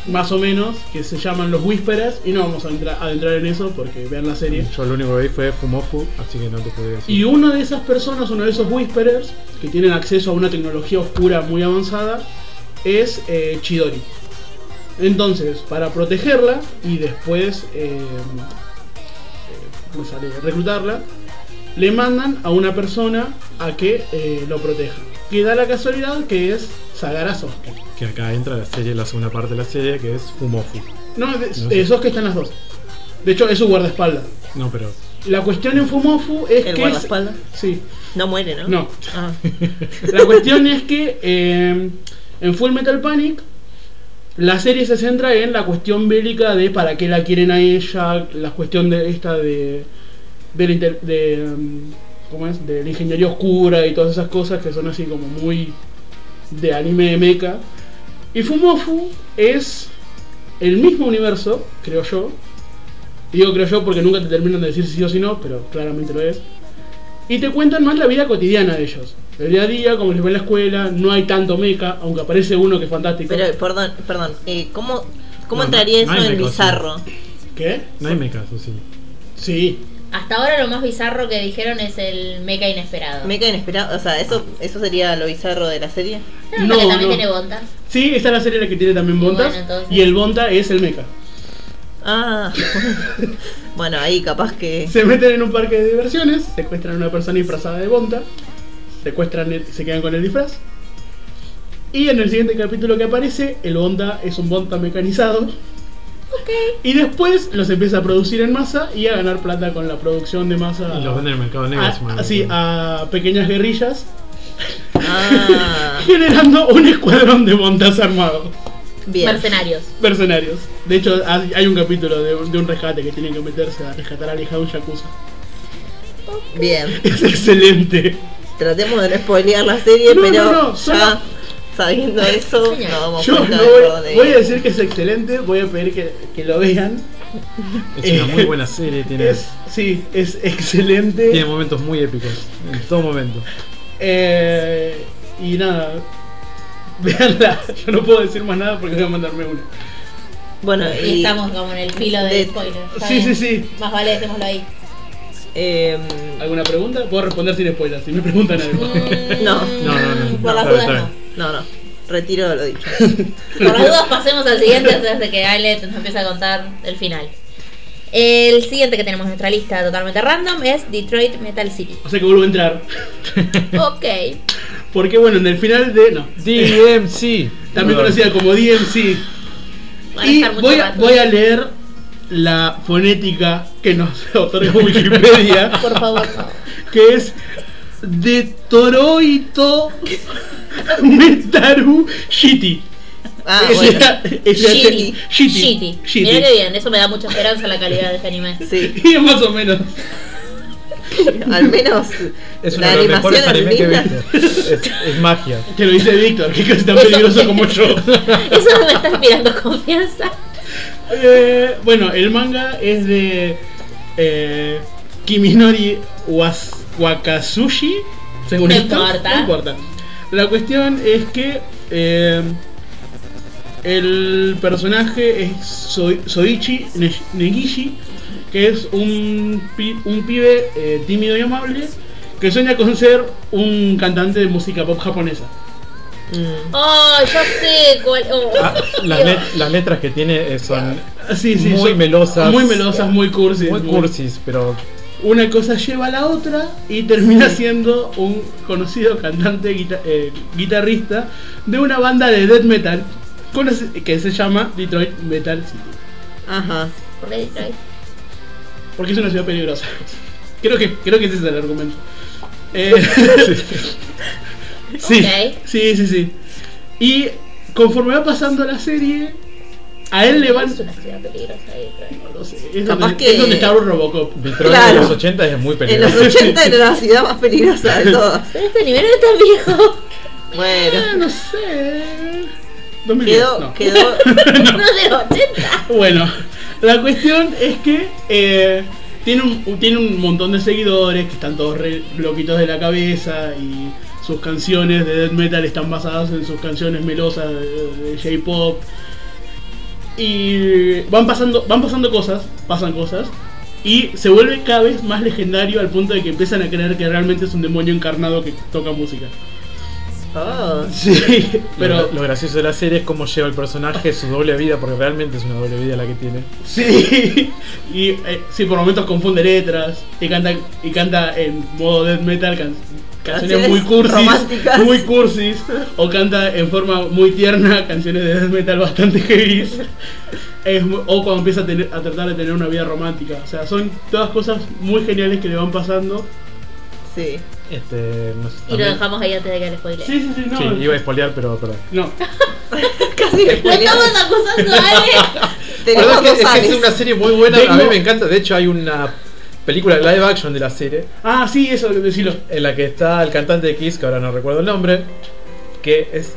más o menos que se llaman los Whisperers y no vamos a entra- a adentrar en eso porque vean la serie Yo lo único que vi fue Fumofu, así que no te podría decir. Y una de esas personas, uno de esos Whisperers, que tienen acceso a una tecnología oscura muy avanzada, es eh, Chidori. Entonces, para protegerla y después eh, eh, ¿cómo sale? reclutarla, le mandan a una persona a que eh, lo proteja. Que da la casualidad que es Sagara Sosuke. Que acá entra la serie, la segunda parte de la serie, que es Fumofu. No, de- sé. eh, Sosuke están las dos. De hecho, es su guardaespaldas. No, pero. La cuestión en Fumofu es El que... guardaespaldas. Sí, No muere, ¿no? no. Ah, La cuestión es que eh, en Full Metal Panic la serie se centra en la cuestión bélica de para qué la quieren a ella, la cuestión de esta de de, la inter- de, mm, ¿cómo es? de la ingeniería oscura y todas esas cosas que son así como muy de anime de mecha. Y Fumofu es el mismo universo, creo yo. Digo creo yo porque nunca te terminan de decir si sí o si no, pero claramente lo es. Y te cuentan más la vida cotidiana de ellos. El día a día, como les va en la escuela, no hay tanto meca, aunque aparece uno que es fantástico. pero, perdón, perdón. eh, ¿Cómo, cómo No, entraría no eso hay en negocio. bizarro? ¿Qué? No hay mecas, o sí. Sí. Hasta ahora lo más bizarro que dijeron es el mecha inesperado. Me quedé inesperado. O sea, ¿eso, ¿eso sería lo bizarro de la serie? Pero No, que también no. tiene bondas. Sí, esta es la serie la que tiene también Y Bontas. bueno, entonces- y el Bonta es el meca. Ah. bueno, ahí capaz que. Se meten en un parque de diversiones, secuestran a una persona disfrazada de Bonta, secuestran el- se quedan con el disfraz. Y en el siguiente capítulo que aparece, el Honda es un Bonta mecanizado. Y después los empieza a producir en masa y a ganar plata con la producción de masa. Y los venden en el mercado negro. a, supongo. así, a pequeñas guerrillas, Ah, generando un escuadrón de Bontas armados. bien. Mercenarios. Mercenarios. De hecho, hay hay un capítulo de, un- de un rescate que tienen que meterse a rescatar a la hija de un yakuza. Bien. Es excelente. Tratemos de no spoilear la serie, No, pero no, no, solo- ya sabiendo eso, Señor. no vamos Yo a no contar por voy, dónde voy a viene. decir que es excelente, voy a pedir que, que lo vean. Es una muy buena serie, tiene, eh, Es, eh, sí, es excelente. tiene momentos muy épicos. En todo momento. Eh, y nada. Veanla, yo no puedo decir más nada porque voy a mandarme una. Bueno, Y y estamos como en el filo de- del spoiler. está Sí, sí, bien. sí. Más vale, dejémoslo ahí. em, ¿Alguna pregunta? Puedo responder sin spoilers, si me preguntan algo. Mm, No. No, no, no. Por las Está bien, dudas está no. bien. no, no, retiro lo dicho. Por las dudas pasemos al siguiente antes de que Ale nos empiece a contar el final. El siguiente que tenemos en nuestra lista totalmente random es Detroit Metal City. O sea que vuelvo a entrar. Ok. Porque bueno, en el final de. No. DMC. También Perdón. conocida como DMC. Van a Y estar mucho voy a, rato. voy a leer la fonética que nos otorga Wikipedia, Por favor, no. que es de Toroito Metaru Shitty. Ah, Ese bueno, era- ese era- Shitty. Shitty. Shitty. Shitty. Mirá que bien, eso me da mucha esperanza la calidad de este anime. sí, Y más o menos. al menos Es uno la de los mejores animación es animes que he linda. visto. Es, es magia. Te lo dice Víctor, que casi tan Eso- peligroso como yo. Eso no me está inspirando confianza. Eh, bueno, el manga es de eh, Kiminori Was- Wakatsushi. Según No esto. importa. No importa. La cuestión es que eh, el personaje es So- Soichi Ne- Negishi, que es un, pi- un pibe eh, tímido y amable que sueña con ser un cantante de música pop japonesa. Mm, Oh, yo sé cuál. oh, Ah, las, Dios. let- las letras que tiene eh, son Ah, Sí, sí, Muy son melosas. Muy melosas, muy cursis. muy cursis, pero una cosa lleva a la otra y termina siendo un conocido cantante guita- eh, guitarrista de una banda de death metal conoce- que se llama Detroit Metal City. Ajá. ¿Por qué Detroit? Porque es una ciudad peligrosa. Creo que, creo que ese es el argumento. Eh, sí, Ok. sí, sí, sí. Y conforme va pasando la serie, a él le van... Es una ciudad peligrosa, Detroit. no sé, es, Capaz donde, que- es donde está Robocop. Detroit Claro. en los 80 es muy En los peligroso. 80 era la ciudad más peligrosa de todas. Pero este nivel no es tan viejo. Ah, Bueno, no sé... 2010, Eh, quedó, no. quedó. No es de 80. Bueno, la cuestión es que eh, tiene, un, tiene un montón de seguidores que están todos re loquitos de la cabeza y sus canciones de death metal están basadas en sus canciones melosas de, de J-pop. Y van pasando, van pasando cosas, pasan cosas, y se vuelve cada vez más legendario al punto de que empiezan a creer que realmente es un demonio encarnado que toca música. Oh, Sí, pero... Lo, lo gracioso de la serie es cómo lleva el personaje su doble vida, porque realmente es una doble vida la que tiene. Sí, y eh, sí, por momentos confunde letras y canta, y canta en modo death metal can- canciones Canciones muy cursis, románticas. muy cursis, o canta en forma muy tierna canciones de death metal bastante heavy, Es mu- o cuando empieza a, tener- a tratar de tener una vida romántica. O sea, son todas cosas muy geniales que le van pasando. sí. Este, no sé, Y lo también- dejamos ahí antes de que le spoile. Sí, sí, sí, no. Sí, iba a spoilear, pero perdón. No, Casi me Lo spoilearon. estamos acusando a Ale. Perdón, Tenemos es, dos que, es que es Alex. una serie muy buena, a mí Tengo- me encanta. De hecho, hay una película live action de la serie Ah, sí, eso, decilo. en la que está el cantante de Kiss, que ahora no recuerdo el nombre, que es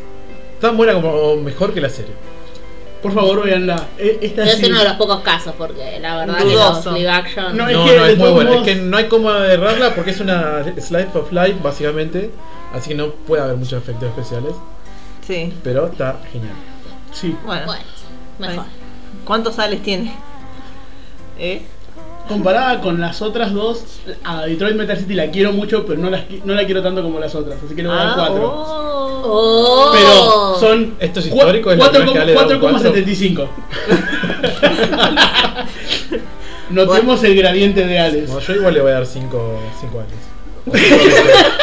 tan buena como o mejor que la serie. Por favor, véanla. E- Esta Pero es sí. uno de los pocos casos, porque la verdad que los Dudoso. live action. No, No, es no, que de es muy todos buena. modos- Es que no hay cómo errarla porque es una slice of life, básicamente. Así que no puede haber muchos efectos especiales, Sí. pero está genial. Sí. Bueno, Bueno, mejor. ¿cuántos sales tiene? ¿Eh? Comparada con las otras dos, a Detroit Metal City la quiero mucho, pero no, las, qui- no la quiero tanto como las otras, así que le voy a dar Ah, 4. oh. Oh. Pero son Esto es cua- histórico, es la cuatro com- primera que Ale da un 4,75. Notemos el gradiente de Alex. No, yo igual le voy a dar 5 años.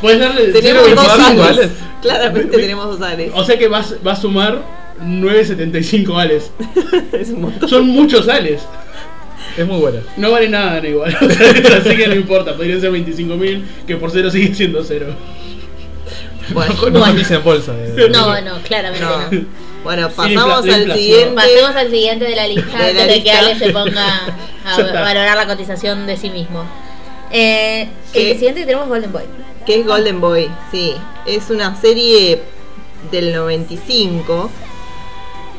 Puedes darle de cero Tenemos que dos podamos, cinco ales. ales. Claramente tenemos dos ales. Oh. O sea que va, a- va a sumar 9.75 ales. Es un montón. Son muchos ales. Es muy buena. No vale nada no, igual. Así que no importa. Podrían ser 25.000, que por cero sigue siendo cero. Bueno, No, no dice en bolsa. eh. No, no, claramente no. no. Bueno, infla- pasamos la al inflación. Pasemos siguiente. al siguiente de la lista De la antes de que lista. Ale se ponga a Ya está. valorar la cotización de sí mismo. Eh, el ¿Qué? siguiente que tenemos es Golden Boy. Que es Golden Boy, sí. Es una serie del 95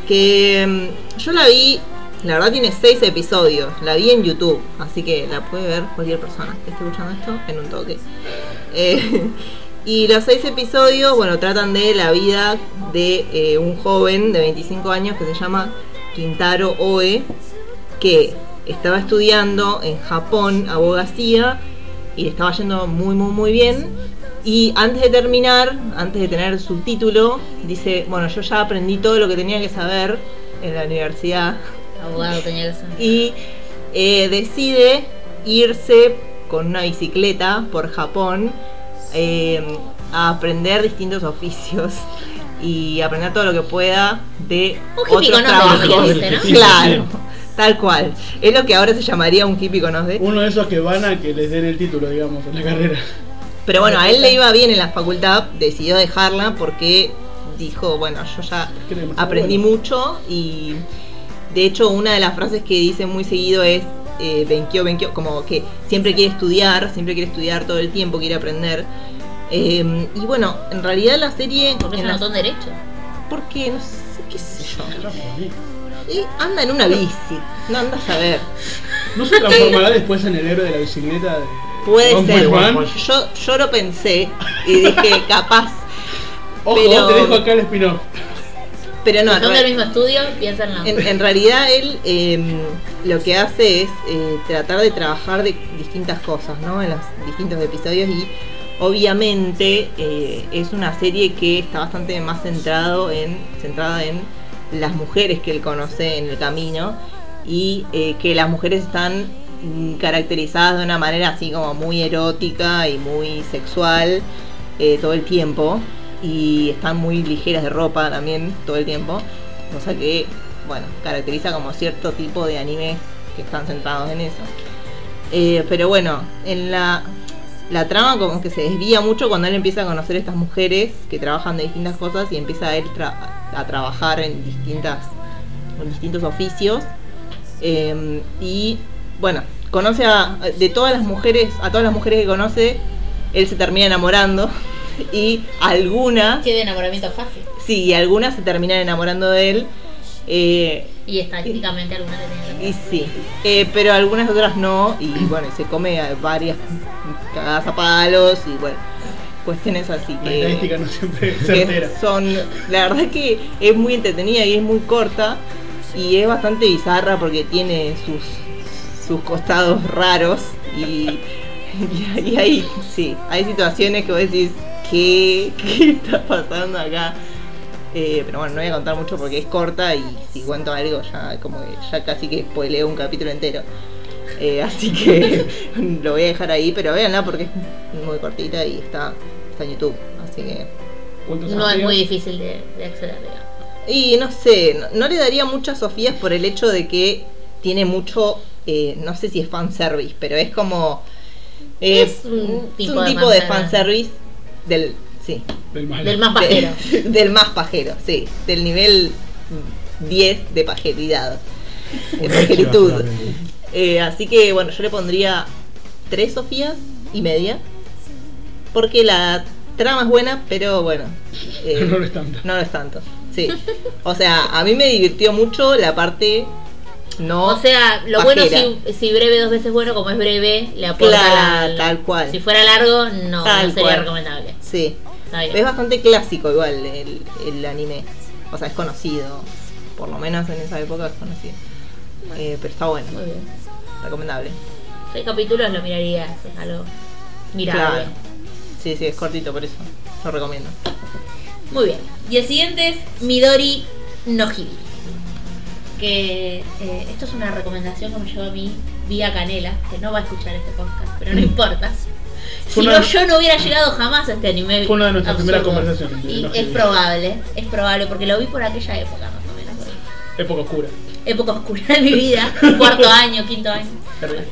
que mm, yo la vi, la verdad tiene seis episodios, la vi en YouTube, así que la puede ver cualquier persona que esté escuchando esto en un toque. Eh, y los seis episodios, bueno, tratan de la vida de eh, un joven de 25 años que se llama Quintaro Oe, que estaba estudiando en Japón abogacía y le estaba yendo muy, muy, muy bien. Y antes de terminar, antes de tener su título, dice, bueno, yo ya aprendí todo lo que tenía que saber en la universidad Abogado tenía que ser. y eh, decide irse con una bicicleta por Japón eh, a aprender distintos oficios y aprender todo lo que pueda de Un hippie otros con ocio, trabajos. dijiste, ¿no? Claro, tal cual. Es lo que ahora se llamaría un hippie con ocio. Uno de esos que van a que les den el título, digamos, en la carrera. Pero bueno, a él le iba bien en la facultad, decidió dejarla porque dijo, bueno, yo ya Que era demasiado aprendí bueno. mucho y de hecho una de las frases que dice muy seguido es eh, Benkyo, Benkyo, como que siempre quiere estudiar, siempre quiere estudiar todo el tiempo, quiere aprender. Eh, y bueno, en realidad la serie... Porque es en un la- montón de derecho. porque, no sé, qué sé yo. Y anda en una bici, no anda a saber. ¿No se transformará después en el héroe de la bicicleta? de- Puede One ser. Punch Man? Yo, yo lo pensé y dije, capaz. Ojo, Pero- te dejo acá el spin-off. Pero no, Si son re- del mismo estudio, piensan no. En, en realidad él eh, lo que hace es eh, tratar de trabajar de distintas cosas, ¿no? En los distintos episodios y obviamente eh, es una serie que está bastante más centrado en, centrada en las mujeres que él conoce en el camino y eh, que las mujeres están mm, caracterizadas de una manera así como muy erótica y muy sexual eh, todo el tiempo y están muy ligeras de ropa también todo el tiempo, cosa que, bueno, caracteriza como cierto tipo de anime que están centrados en eso. Eh, pero bueno, en la, la trama como que se desvía mucho cuando él empieza a conocer estas mujeres que trabajan de distintas cosas y empieza a él tra- a trabajar en distintas en distintos oficios eh, y bueno conoce a de todas las mujeres a todas las mujeres que conoce él se termina enamorando y algunas Qué de enamoramiento fácil. sí y algunas se terminan enamorando de él eh, Y estadísticamente alguna de y sí, eh, pero algunas otras no, y bueno, se come a varias cagadas a palos y bueno, cuestiones así La que, estadística no siempre es que certera. son, la verdad que es muy entretenida y es muy corta y es bastante bizarra porque tiene sus, sus costados raros y, y, y hay, sí, hay situaciones que vos decís, ¿qué, qué está pasando acá? Eh, pero bueno, no voy a contar mucho porque es corta y si cuento algo ya como que ya casi que spoileo un capítulo entero. Eh, así que lo voy a dejar ahí, pero véanla porque es muy cortita y está, está en YouTube. Así que. ¿Cuántos No es amigos? muy difícil de, de acceder, digamos. Y no sé, no, no le daría muchas Sofías por el hecho de que tiene mucho, eh, no sé si es fanservice, pero es como. eh, Es un tipo de tipo de fanservice. fanservice del. Sí, Del mal. Del más pajero. de- del más pajero, sí. Del nivel 10 de pajeridad. De pajeritud. Eh, así que bueno, yo le pondría tres Sofías y media. Porque la trama es buena, pero bueno. eh, No lo es tanto. no lo es tanto. Sí. O sea, a mí me divirtió mucho la parte no. O sea, lo pajera. bueno si, si breve dos veces bueno, como es breve, le aporta Claro, la- tal cual. Si fuera largo, no, Tal no sería cual. recomendable. Sí. Está bien. Es bastante clásico igual el, el anime. O sea, es conocido. Por lo menos en esa época es conocido. Eh, pero está bueno, Muy bien. recomendable. Seis capítulos lo mirarías, es algo mirable. Claro. Sí, sí, es cortito por eso. Lo recomiendo. Muy bien. Y el siguiente es Midori no Hibiri. Que eh, esto es una recomendación que me llegó a mí Vía Canela, que no va a escuchar este podcast, pero no importa. Si Mm. Fue no, una- yo no hubiera llegado jamás a este anime. Fue una de nuestras absurdo. primeras conversaciones. Y No sé. es probable, es probable, porque lo vi por aquella época más o menos. Época oscura. Época oscura de mi vida, cuarto año, quinto año. Terrible.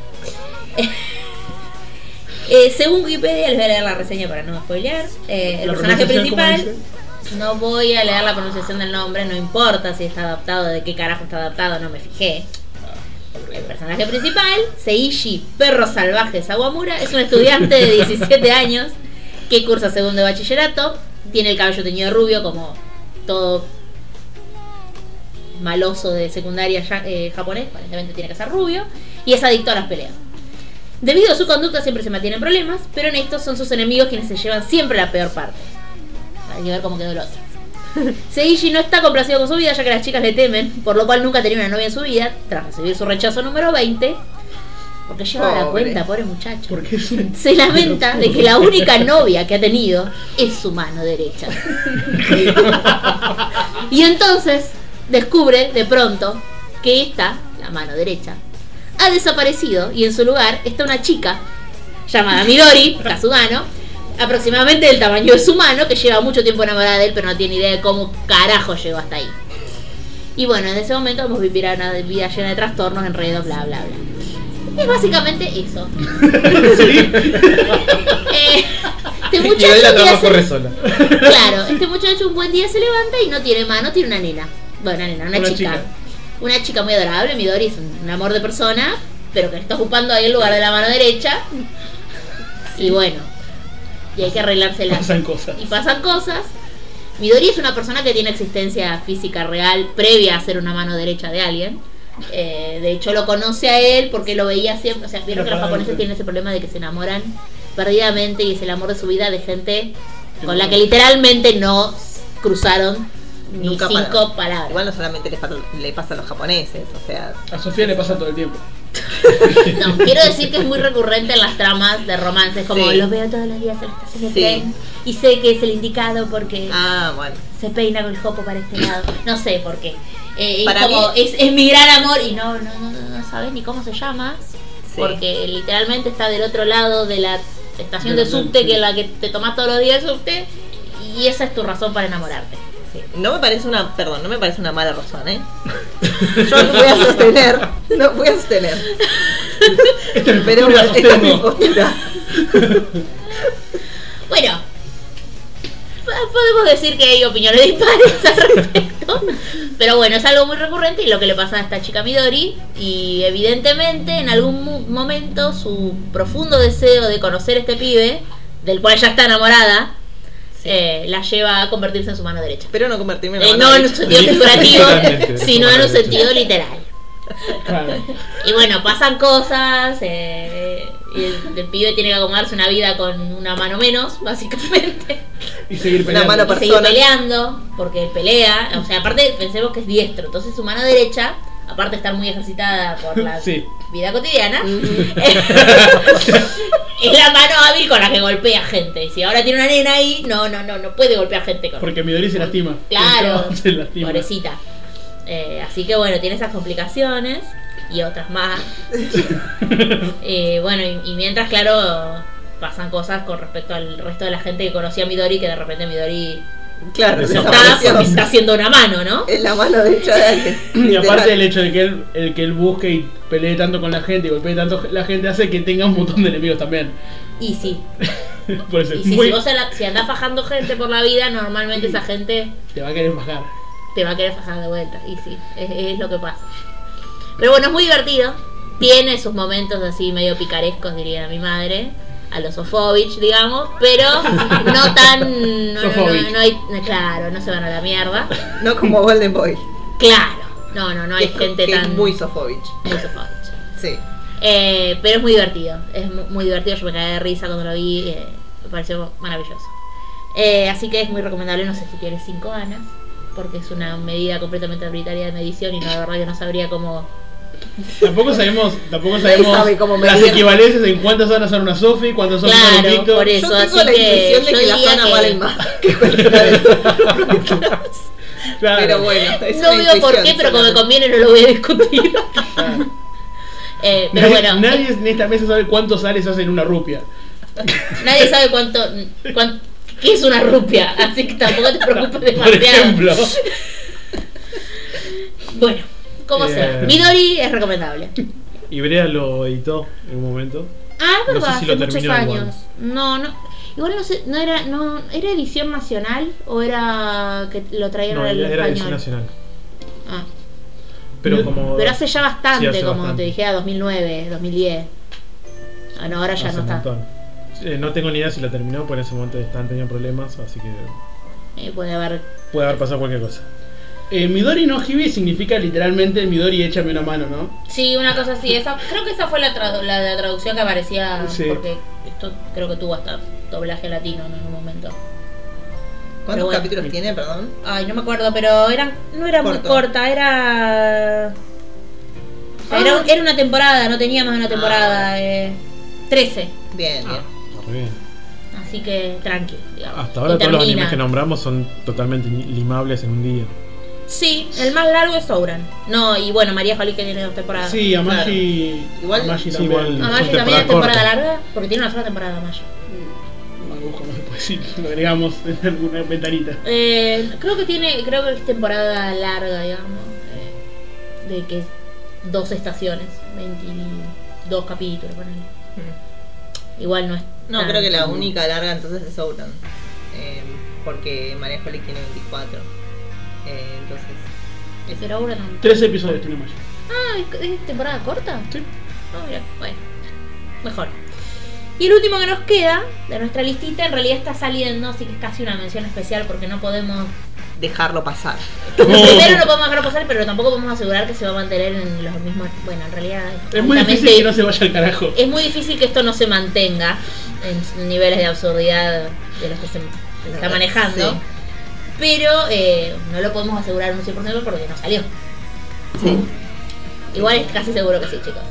Eh, según Wikipedia, les voy a leer la reseña para no spoilear. Eh, el La personaje pronunciación, ¿cómo principal. dice? No voy a leer la pronunciación del nombre, no importa si está adaptado, de qué carajo está adaptado, no me fijé. El personaje principal, Seishi, perro salvaje Sawamura, es un estudiante de 17 años que cursa segundo de bachillerato, tiene el cabello teñido rubio como todo maloso de secundaria ya- eh, japonés, aparentemente tiene que ser rubio, y es adicto a las peleas. Debido a su conducta siempre se mantienen problemas, pero en estos son sus enemigos quienes se llevan siempre la peor parte. Hay que ver cómo quedó el otro. Seishi no está complacido con su vida ya que las chicas le temen, por lo cual nunca tenía una novia en su vida, tras recibir su rechazo número 20, porque lleva la Pobre. cuenta, pobre muchacho. Porque es un. Se lamenta de que la única novia que ha tenido es su mano derecha. Y entonces descubre de pronto que esta, la mano derecha, ha desaparecido y en su lugar está una chica llamada Midori, Kazugano, aproximadamente del tamaño de su mano, que lleva mucho tiempo enamorada de él, pero no tiene idea de cómo carajo llegó hasta ahí. Y bueno, en ese momento vamos a vivir una vida llena de trastornos, enredos, bla, bla, bla. Es básicamente eso. Eh, este Y muchacho de ahí la un día se- trama corre sola. Claro, este muchacho un buen día se levanta y no tiene mano, tiene una nena. Bueno, una nena, una, Una chica. chica. Una chica muy adorable, Midori es un, un amor de persona, pero que está ocupando ahí el lugar de la mano derecha. Y bueno, y hay que arreglársela. Pasan cosas. Y pasan cosas. Midori es una persona que tiene existencia física real previa a ser una mano derecha de alguien. Eh, de hecho, lo conoce a él porque lo veía siempre. O sea, vieron que los japoneses tienen ese problema de que se enamoran perdidamente y es el amor de su vida de gente con la que literalmente no cruzaron ni Nunca cinco pararon. palabras. Igual no solamente les pasa, le pasa a los japoneses, o sea, A Sofía le pasa todo el tiempo. No, quiero decir que es muy recurrente en las tramas de romances, como Sí. los veo todos los días en las estaciones de Sí. tren y sé que es el indicado porque ah, bueno. se peina con el jopo para este lado. No sé por qué. Eh, es Para como, mí- es, es mi gran amor y no, no, no, no, no sabes ni cómo se llama. Sí. Porque literalmente está del otro lado de la estación de Del- del- subte sí. que es la que te tomas todos los días el subte. Y esa es tu razón para enamorarte. Sí. No me parece una, perdón, no me parece una mala razón, ¿eh? Yo no voy a sostener, no voy a sostener. Esta es mi Pero postura, esta es mi sostengo. postura. Bueno, po- podemos decir que hay opiniones dispares al respecto, pero bueno, es algo muy recurrente y lo que le pasa a esta chica Midori. Y evidentemente, en algún mu- momento, su profundo deseo de conocer a este pibe, del cual ya está enamorada, eh, la lleva a convertirse en su mano derecha. Espero no convertirme en Eh, la mano no en un derecha. sentido figurativo, Totalmente, sino en un totalmente. sentido literal. Claro. Y bueno, pasan cosas. eh, y el, el pibe tiene que acomodarse una vida con una mano menos, básicamente. Y seguir Una peleando. mano Y seguir Persona. peleando, porque pelea. O sea, aparte, pensemos que es diestro. Entonces, su mano derecha, aparte de estar muy ejercitada por la Sí. vida cotidiana, es la mano hábil con la que golpea gente. Y si ahora tiene una nena ahí, no, no, no, no puede golpear gente con Porque Midori se lastima. Claro. Se lastima. Pobrecita. Eh, así que bueno, tiene esas complicaciones y otras más. Eh, bueno, y, y mientras, claro, pasan cosas con respecto al resto de la gente que conocía a Midori, que de repente Midori Claro, no está desapareció. porque está haciendo una mano, ¿no? Es la mano derecha de alguien. Y aparte el literal. hecho de que él, el que él busque y pelee tanto con la gente y golpee tanto la gente hace que tenga un montón de enemigos también. Y sí. Por eso Y es sí, muy... si vos a la- si andás fajando gente por la vida, normalmente esa gente Te va a querer bajar. te va a querer fajar de vuelta. Y sí, es, es lo que pasa. Pero bueno, es muy divertido. Tiene sus momentos así medio picarescos, diría mi madre. A los Sofovich, digamos, pero no tan. No, no, no, Sofovich. no hay- no, claro, no se van a la mierda. No como Golden Boy. Claro, no, no, no hay que es- gente que es tan. muy Sofovich. muy Sofovich. Sí. Eh, pero es muy divertido, es mu- muy divertido, yo me caí de risa cuando lo vi, eh, me pareció maravilloso. Eh, así que es muy recomendable, no sé si tiene 5 ganas, porque es una medida completamente arbitraria de medición y no, la verdad que no sabría cómo... Tampoco sabemos, tampoco Nadie sabemos sabe cómo las medir. equivalencias en cuántas horas son una Sofi, cuántas horas son Claro, un Víctor. por eso. yo tengo así la que yo impresión de que las diría zonas que- valen más que cualquiera de los Claro. Pero bueno, es no una veo por intuición qué, pero como me solamente. Ah. conviene no lo voy a discutir. Claro. Eh, pero nadie, bueno, nadie en esta mesa sabe cuántos sales hacen una rupia. Nadie sabe cuánto, cuán- qué es una rupia, así que tampoco te preocupes demasiado. Por ejemplo. Bueno, como sea. Eh. Midori es recomendable. Y Brea lo editó en un momento. Ah, es No sé verdad, si lo hace muchos terminó igual. años. No, no. Igual no sé, no era, no, ¿era edición nacional o era que lo traían No, al era era español? edición nacional. Ah. Pero como. Pero hace ya bastante, Sí, hace como bastante. te dije, ah, a 2009, 2010. Ah, no, ahora ya hace no un está. montón. Eh, no tengo ni idea si la terminó, porque en ese momento estaban teniendo problemas, así que Eh, puede haber. puede haber pasado cualquier cosa. Eh, Midori no Hibi significa literalmente Midori échame una mano, ¿no? Sí, una cosa así. Esa, creo que esa fue la, tradu- la, la traducción que aparecía. Sí. Porque esto creo que tuvo hasta doblaje latino en algún momento. ¿Cuántos bueno. capítulos tiene, perdón? Ay, no me acuerdo, pero eran, no era muy Corto. corta, era. o sea, era, Ah. era una temporada, no tenía más de una temporada. Eh, 13. Bien, Ah. bien. Muy bien. Así que tranqui, digamos. Hasta ahora Y todos los termina. animes que nombramos son totalmente ni- limables en un día. Sí, el más largo es Sobran. No, y bueno, María Jolie que tiene dos temporadas. Sí, Amashi. Igual- Amashi sí, también. igual. Amashi Son también es temporadas temporada cortas. larga, porque tiene una sola temporada Amashi. No me busco más después si lo agregamos en alguna ventanita. Eh, creo que tiene, creo que es temporada larga, digamos. eh, De que es dos estaciones, 22 capítulos, ponele. Mm. Igual no es. No, tan- creo que la única larga entonces es Ouran. Eh, porque María Jolic tiene 24. Eh, entonces. Pero ahora no. Tres episodios tiene Amashi. Ah, ¿es- ¿es temporada corta? Sí. Ah, mira, bueno. Mejor. Y el último que nos queda de nuestra listita en realidad está saliendo, así que es casi una mención especial porque no podemos. Dejarlo pasar. Primero no podemos dejarlo pasar, pero tampoco podemos asegurar que se va a mantener en los mismos. Bueno, en realidad. Es muy altamente- difícil que no se vaya al carajo. es muy difícil que esto no se mantenga en niveles de absurdidad de los que se se está manejando. Sí. Pero eh, no lo podemos asegurar en un 100% porque no salió. Sí. Igual es casi seguro que sí, chicos.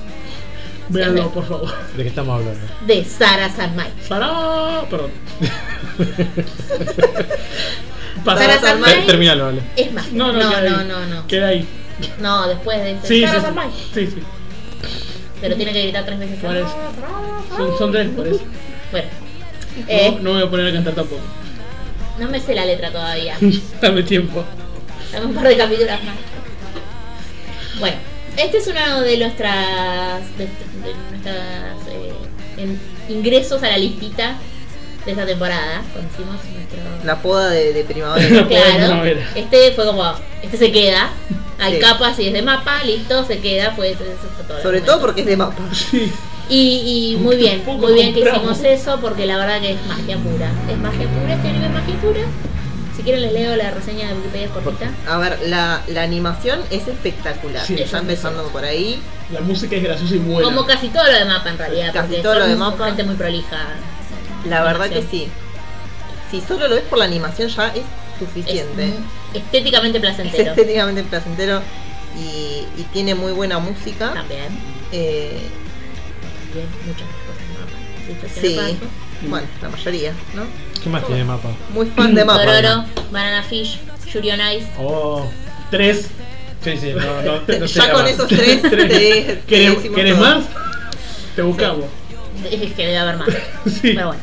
Véanlo, siempre. por favor. ¿De qué estamos hablando? De Sara Sanmai. Sará. Perdón. Sara Pasará. San- Sanmai. Ter- Terminalo, vale. Es más, No, no, no, no, queda no, ahí. no, no. Queda ahí. No, después de Sí, Sara sí, Sanmai. sí. sí, sí. Pero tiene que gritar tres veces. Por eso. Ah. Son, son tres, por eso. Bueno. Eh, No, no me voy a poner a cantar tampoco. no me sé la letra todavía. Dame tiempo. Dame un par de capítulos más. Bueno, este es uno de nuestras, de, de nuestras eh, en- ingresos a la listita de esta temporada. Cuando hicimos nuestro. La poda de, de La primavera. poda de claro. primavera. Este fue como, este se queda. Hay Sí. capas y es de mapa, listo, se queda, pues eso fue todo. Sobre todo porque es de mapa. Sí. Y, y muy bien, Tampoco muy bien que compramos. hicimos eso porque la verdad que es magia pura. Es magia pura, este anime es magia pura. Si quieren les leo la reseña de Wikipedia cortita. A ver, la, la animación es espectacular. Sí. ya empezando por ahí. La música es graciosa y buena. Como casi todo lo de mapa en realidad. Casi porque todo lo son de Mappa. Gente muy prolija. La verdad que Animación. sí. Si solo lo ves por la animación ya es Es suficiente. estéticamente Es, placentero. estéticamente placentero y, y tiene muy buena música. También. Eh, También muchas cosas de mapa. Sí, esto Sí. tiene paso. bueno, la mayoría, ¿no? ¿Qué más tiene mapa? Muy fan de mapa. Dororo, Banana Fish, Yuri on Ice. Oh. Tres. Sí, sí, no, no, no sé ya qué con más. esos tres te, te ¿Querés, decimos querés todo. más? Te buscamos. Es que debe haber más. Sí. Pero bueno.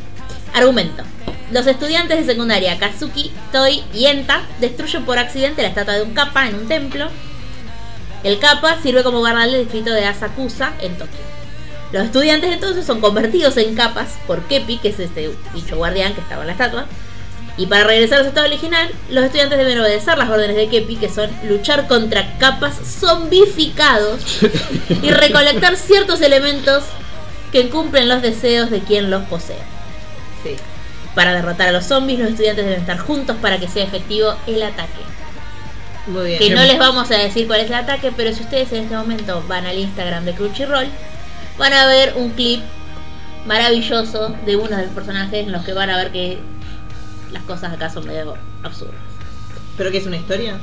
Argumento. Los estudiantes de secundaria Kazuki, Toi y Enta destruyen por accidente la estatua de un kappa en un templo. El kappa sirve como guardián del distrito de Asakusa en Tokio. Los estudiantes entonces son convertidos en capas por Kepi, que es este dicho guardián que estaba en la estatua. Y para regresar a su estado original, los estudiantes deben obedecer las órdenes de Kepi, que son luchar contra capas zombificados y recolectar ciertos elementos que cumplen los deseos de quien los posee. Sí. Para derrotar a los zombies, los estudiantes deben estar juntos para que sea efectivo el ataque. Muy bien. Que no les vamos a decir cuál es el ataque, pero si ustedes en este momento van al Instagram de Crunchyroll, van a ver un clip maravilloso de uno de los personajes en los que van a ver que las cosas acá son medio absurdas. Ah, ¿Pero que es una historia?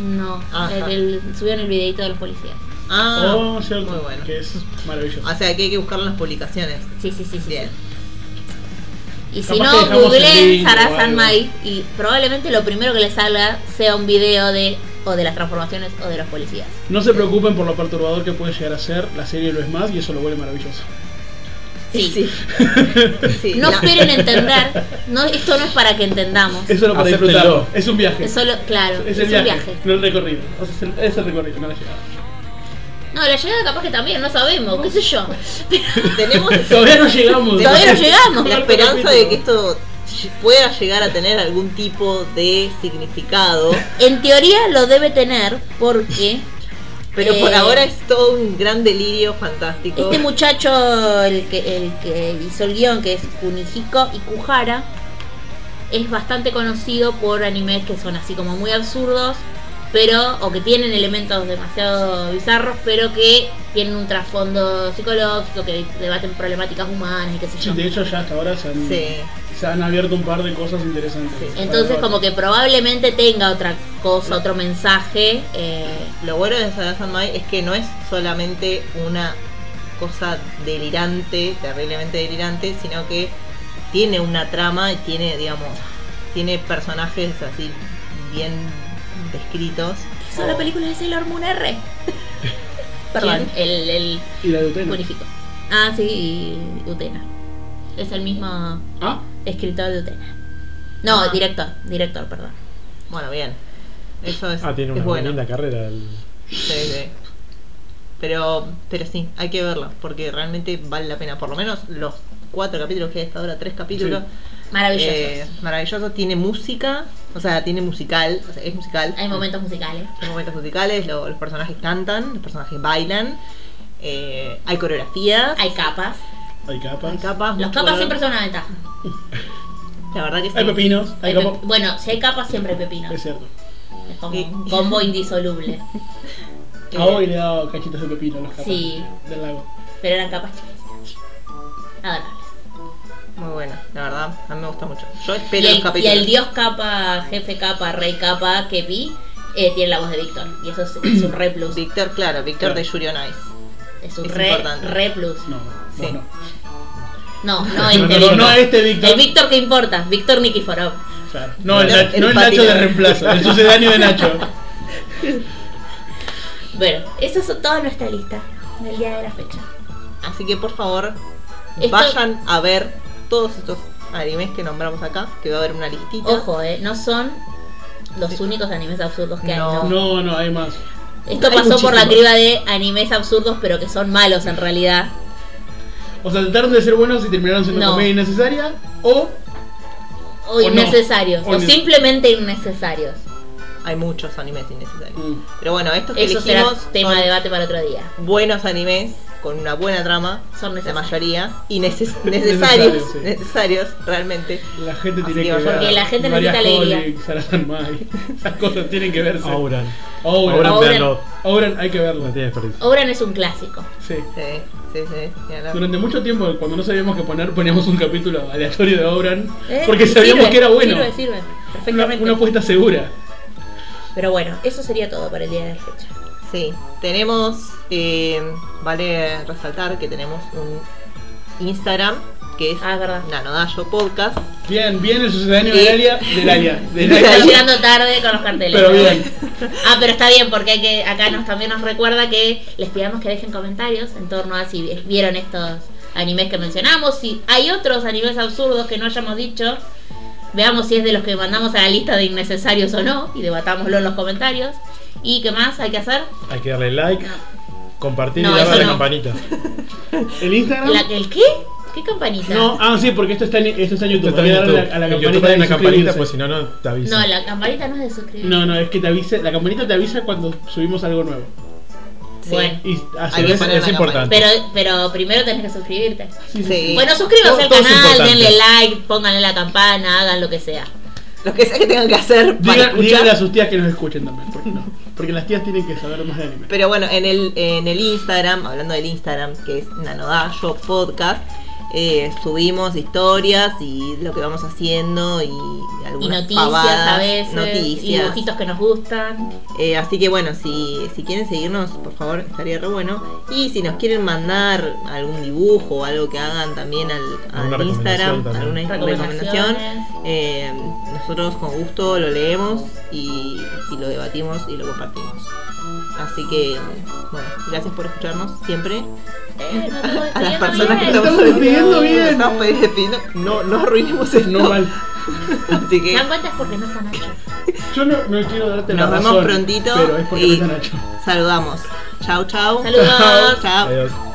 No, Ajá. el, el- subieron el videito de los policías. Ah, oh, cierto. muy bueno. Que es maravilloso. O sea que hay que buscarlo en las publicaciones. Sí, sí, sí, sí. Bien. Y Capaz si que no, dejamos el googleen link o Sara algo. Sanmai y probablemente lo primero que les salga sea un video de o de las transformaciones o de los policías. No se preocupen por lo perturbador que puede llegar a ser, la serie lo es más y eso lo vuelve maravilloso. Sí. Sí, No la- esperen entender. No, esto no es para que entendamos. Eso lo para Acéptenlo. disfrutarlo. Es un viaje. Es solo, claro, es el un viaje, no el recorrido. O sea, es, el, es el recorrido, no la llegada. No, la llegada capaz que también, no sabemos, qué sé yo. Pero tenemos Todavía no llegamos. Todavía no llegamos. Cuarto la esperanza de que capítulo. esto ll- pueda llegar a tener algún tipo de significado. en teoría lo debe tener porque Pero Eh, por ahora es todo un gran delirio fantástico. este muchacho, el que, el que hizo el guión, que es Kunihiko Ikuhara, es bastante conocido por animes que son así como muy absurdos, pero o que tienen elementos demasiado bizarros, pero que tienen un trasfondo psicológico, que debaten problemáticas humanas y qué sé Sí, yo. de hecho ya hasta ahora se han, Sí. se han abierto un par de cosas interesantes. Sí. Entonces como que probablemente tenga otra cosa, otro mensaje. eh, Lo bueno de Saga Sanmai es que no es solamente una cosa delirante, terriblemente delirante, sino que tiene una trama y tiene, digamos, tiene personajes así bien descritos. Hizo la película de Sailor Moon R. Perdón, el, el Y la de Utena. purifico. Ah, sí, y Utena. Es el mismo Ah, escritor de Utena. No, Ah. director, director, perdón. Bueno, bien. Eso es, Ah, tiene es una bueno. linda carrera. el- Sí, sí. Pero, pero sí, hay que verlo, porque realmente vale la pena. Por lo menos los cuatro capítulos que hay hasta ahora, tres capítulos, Maravilloso. eh, maravillosos. Tiene música, o sea, tiene musical, o sea, es musical. Hay momentos musicales. Hay momentos musicales, lo- los personajes cantan, los personajes bailan, eh, hay coreografías, Hay capas. hay capas. hay capas. Los mucho capas color. siempre son una ventaja. La verdad que sí. Hay pepinos. Hay, Hay capas. pep- Bueno, si hay capas, siempre hay pepino. Es Es cierto. como Sí. un combo indisoluble. Eh, A hoy le he dado cachitos de pepino a los capas Sí. del lago. Pero eran capas chiquititas. Adorables. Muy buena, la verdad, a mí me gusta mucho. Yo Y espero el, los capítulos. y el dios capa, jefe capa, rey capa que vi, eh, tiene la voz de Víctor. Y eso es, es un re plus. Víctor, claro, Víctor Claro. de Yuri on Ice. Es un es re, importante. re plus. No, no, Sí. no. No, no No, este no, no, Víctor. no este Víctor. El Víctor que importa, Víctor Nikiforov. Claro. No, el, El- Nach- el no el patinador. Nacho de reemplazo, el sucedáneo de Nacho. Bueno, esa es toda nuestra lista del día de la fecha. Así que por favor, Esto- vayan a ver todos estos animes que nombramos acá, que va a haber una listita. Ojo, eh, no son los Sí. únicos animes absurdos que hay. No. ¿no? No, no, hay más. Esto Hay pasó por la muchísimos. criba de animes absurdos, pero que son malos en realidad. O sea, trataron de ser buenos y terminaron siendo No. comedia innecesaria o O, O no. innecesarios. O o ne- simplemente innecesarios. Hay muchos animes innecesarios. Mm. Pero bueno, estos que Eso será elegimos tema son de debate para otro día. buenos animes con una buena trama, Son la necesarios. mayoría, y neces- Necesarios, necesarios, sí. necesarios realmente. la gente Así tiene que que ver. vaya- Porque la gente María necesita alegría. Holly, Sarah Sanmai. Esas cosas tienen que verse. Auran. Auran. Auran, Auran. veanlo, Auran hay que No verlo. tiene desperdicio. Obran es un clásico. Sí. Sí, sí, sí. ni hablar. Durante mucho tiempo, cuando no sabíamos qué poner, poníamos un capítulo aleatorio de Auran. Eh, Porque sirve, sabíamos que era bueno. Sirve, sirve. Una, Perfectamente. una apuesta segura. Pero bueno, eso sería todo para el día de la fecha. Sí, tenemos, eh, vale resaltar que tenemos un Instagram que es Ah, es verdad. Nanodayo Podcast. Bien, bien el sucedáneo Sí. de Alia. Del Alia. Del Del Está Alia. Alia. llegando tarde con los carteles. Pero bien. Ah, pero está bien porque hay que, acá nos, también nos recuerda que les pidamos que dejen comentarios en torno a si vieron estos animes que mencionamos. Si hay otros animes absurdos que no hayamos dicho, veamos si es de los que mandamos a la lista de innecesarios o no y debatámoslo en los comentarios. ¿Y qué más hay que hacer? Oh. Hay que darle like, compartir No, y darle eso a la no. campanita. El Instagram. ¿La, ¿El qué? ¿Qué campanita? No, ah, sí, porque esto está en, esto está en YouTube. Está Hay en que darle a YouTube. la, a la En YouTube campanita. hay de una campanita, suscribirse. pues si no, no te avisa. No, la campanita no es de suscribir. No, no, es que te avise, la campanita te avisa cuando subimos algo nuevo. Sí. Bueno. Y a su Hay que vez- poner es la importante. Pero, pero primero tenés que suscribirte. sí, sí, Sí. sí. Bueno, suscríbanse Todo- al todo es canal, importante. denle like, pónganle la campana, hagan lo que sea. Lo que sea que tengan que hacer para Diga- escuchar. díganle a sus tías que nos escuchen también. Porque, no, porque las tías tienen que saber más de anime. Pero bueno, en el, en el Instagram, hablando del Instagram, que es Nanodayo Podcast, eh, subimos historias y lo que vamos haciendo y Y algunas noticias pavadas, a veces. Y noticias. dibujitos que nos gustan. Eh, así que bueno, si, si quieren seguirnos, por favor, estaría re bueno. Y si nos quieren mandar algún dibujo o algo que hagan también al, al Alguna recomendación Instagram, también. alguna recomendación, Recomendaciones. eh, nosotros con gusto lo leemos y, y lo debatimos y lo compartimos. Así que, bueno, gracias por escucharnos siempre. Eh, no estamos A las despidiendo personas que bien. estamos Estamos despidiendo bien. estamos despidiendo. No, no arruinemos esto. No mal. Así que ¿Se dan cuenta? Es porque no está Nacho. Yo no, no quiero darte la Nos vemos razón, prontito Pero es porque y- no está Nacho. saludamos. Chau, chau. Saludos. Chau. Adiós.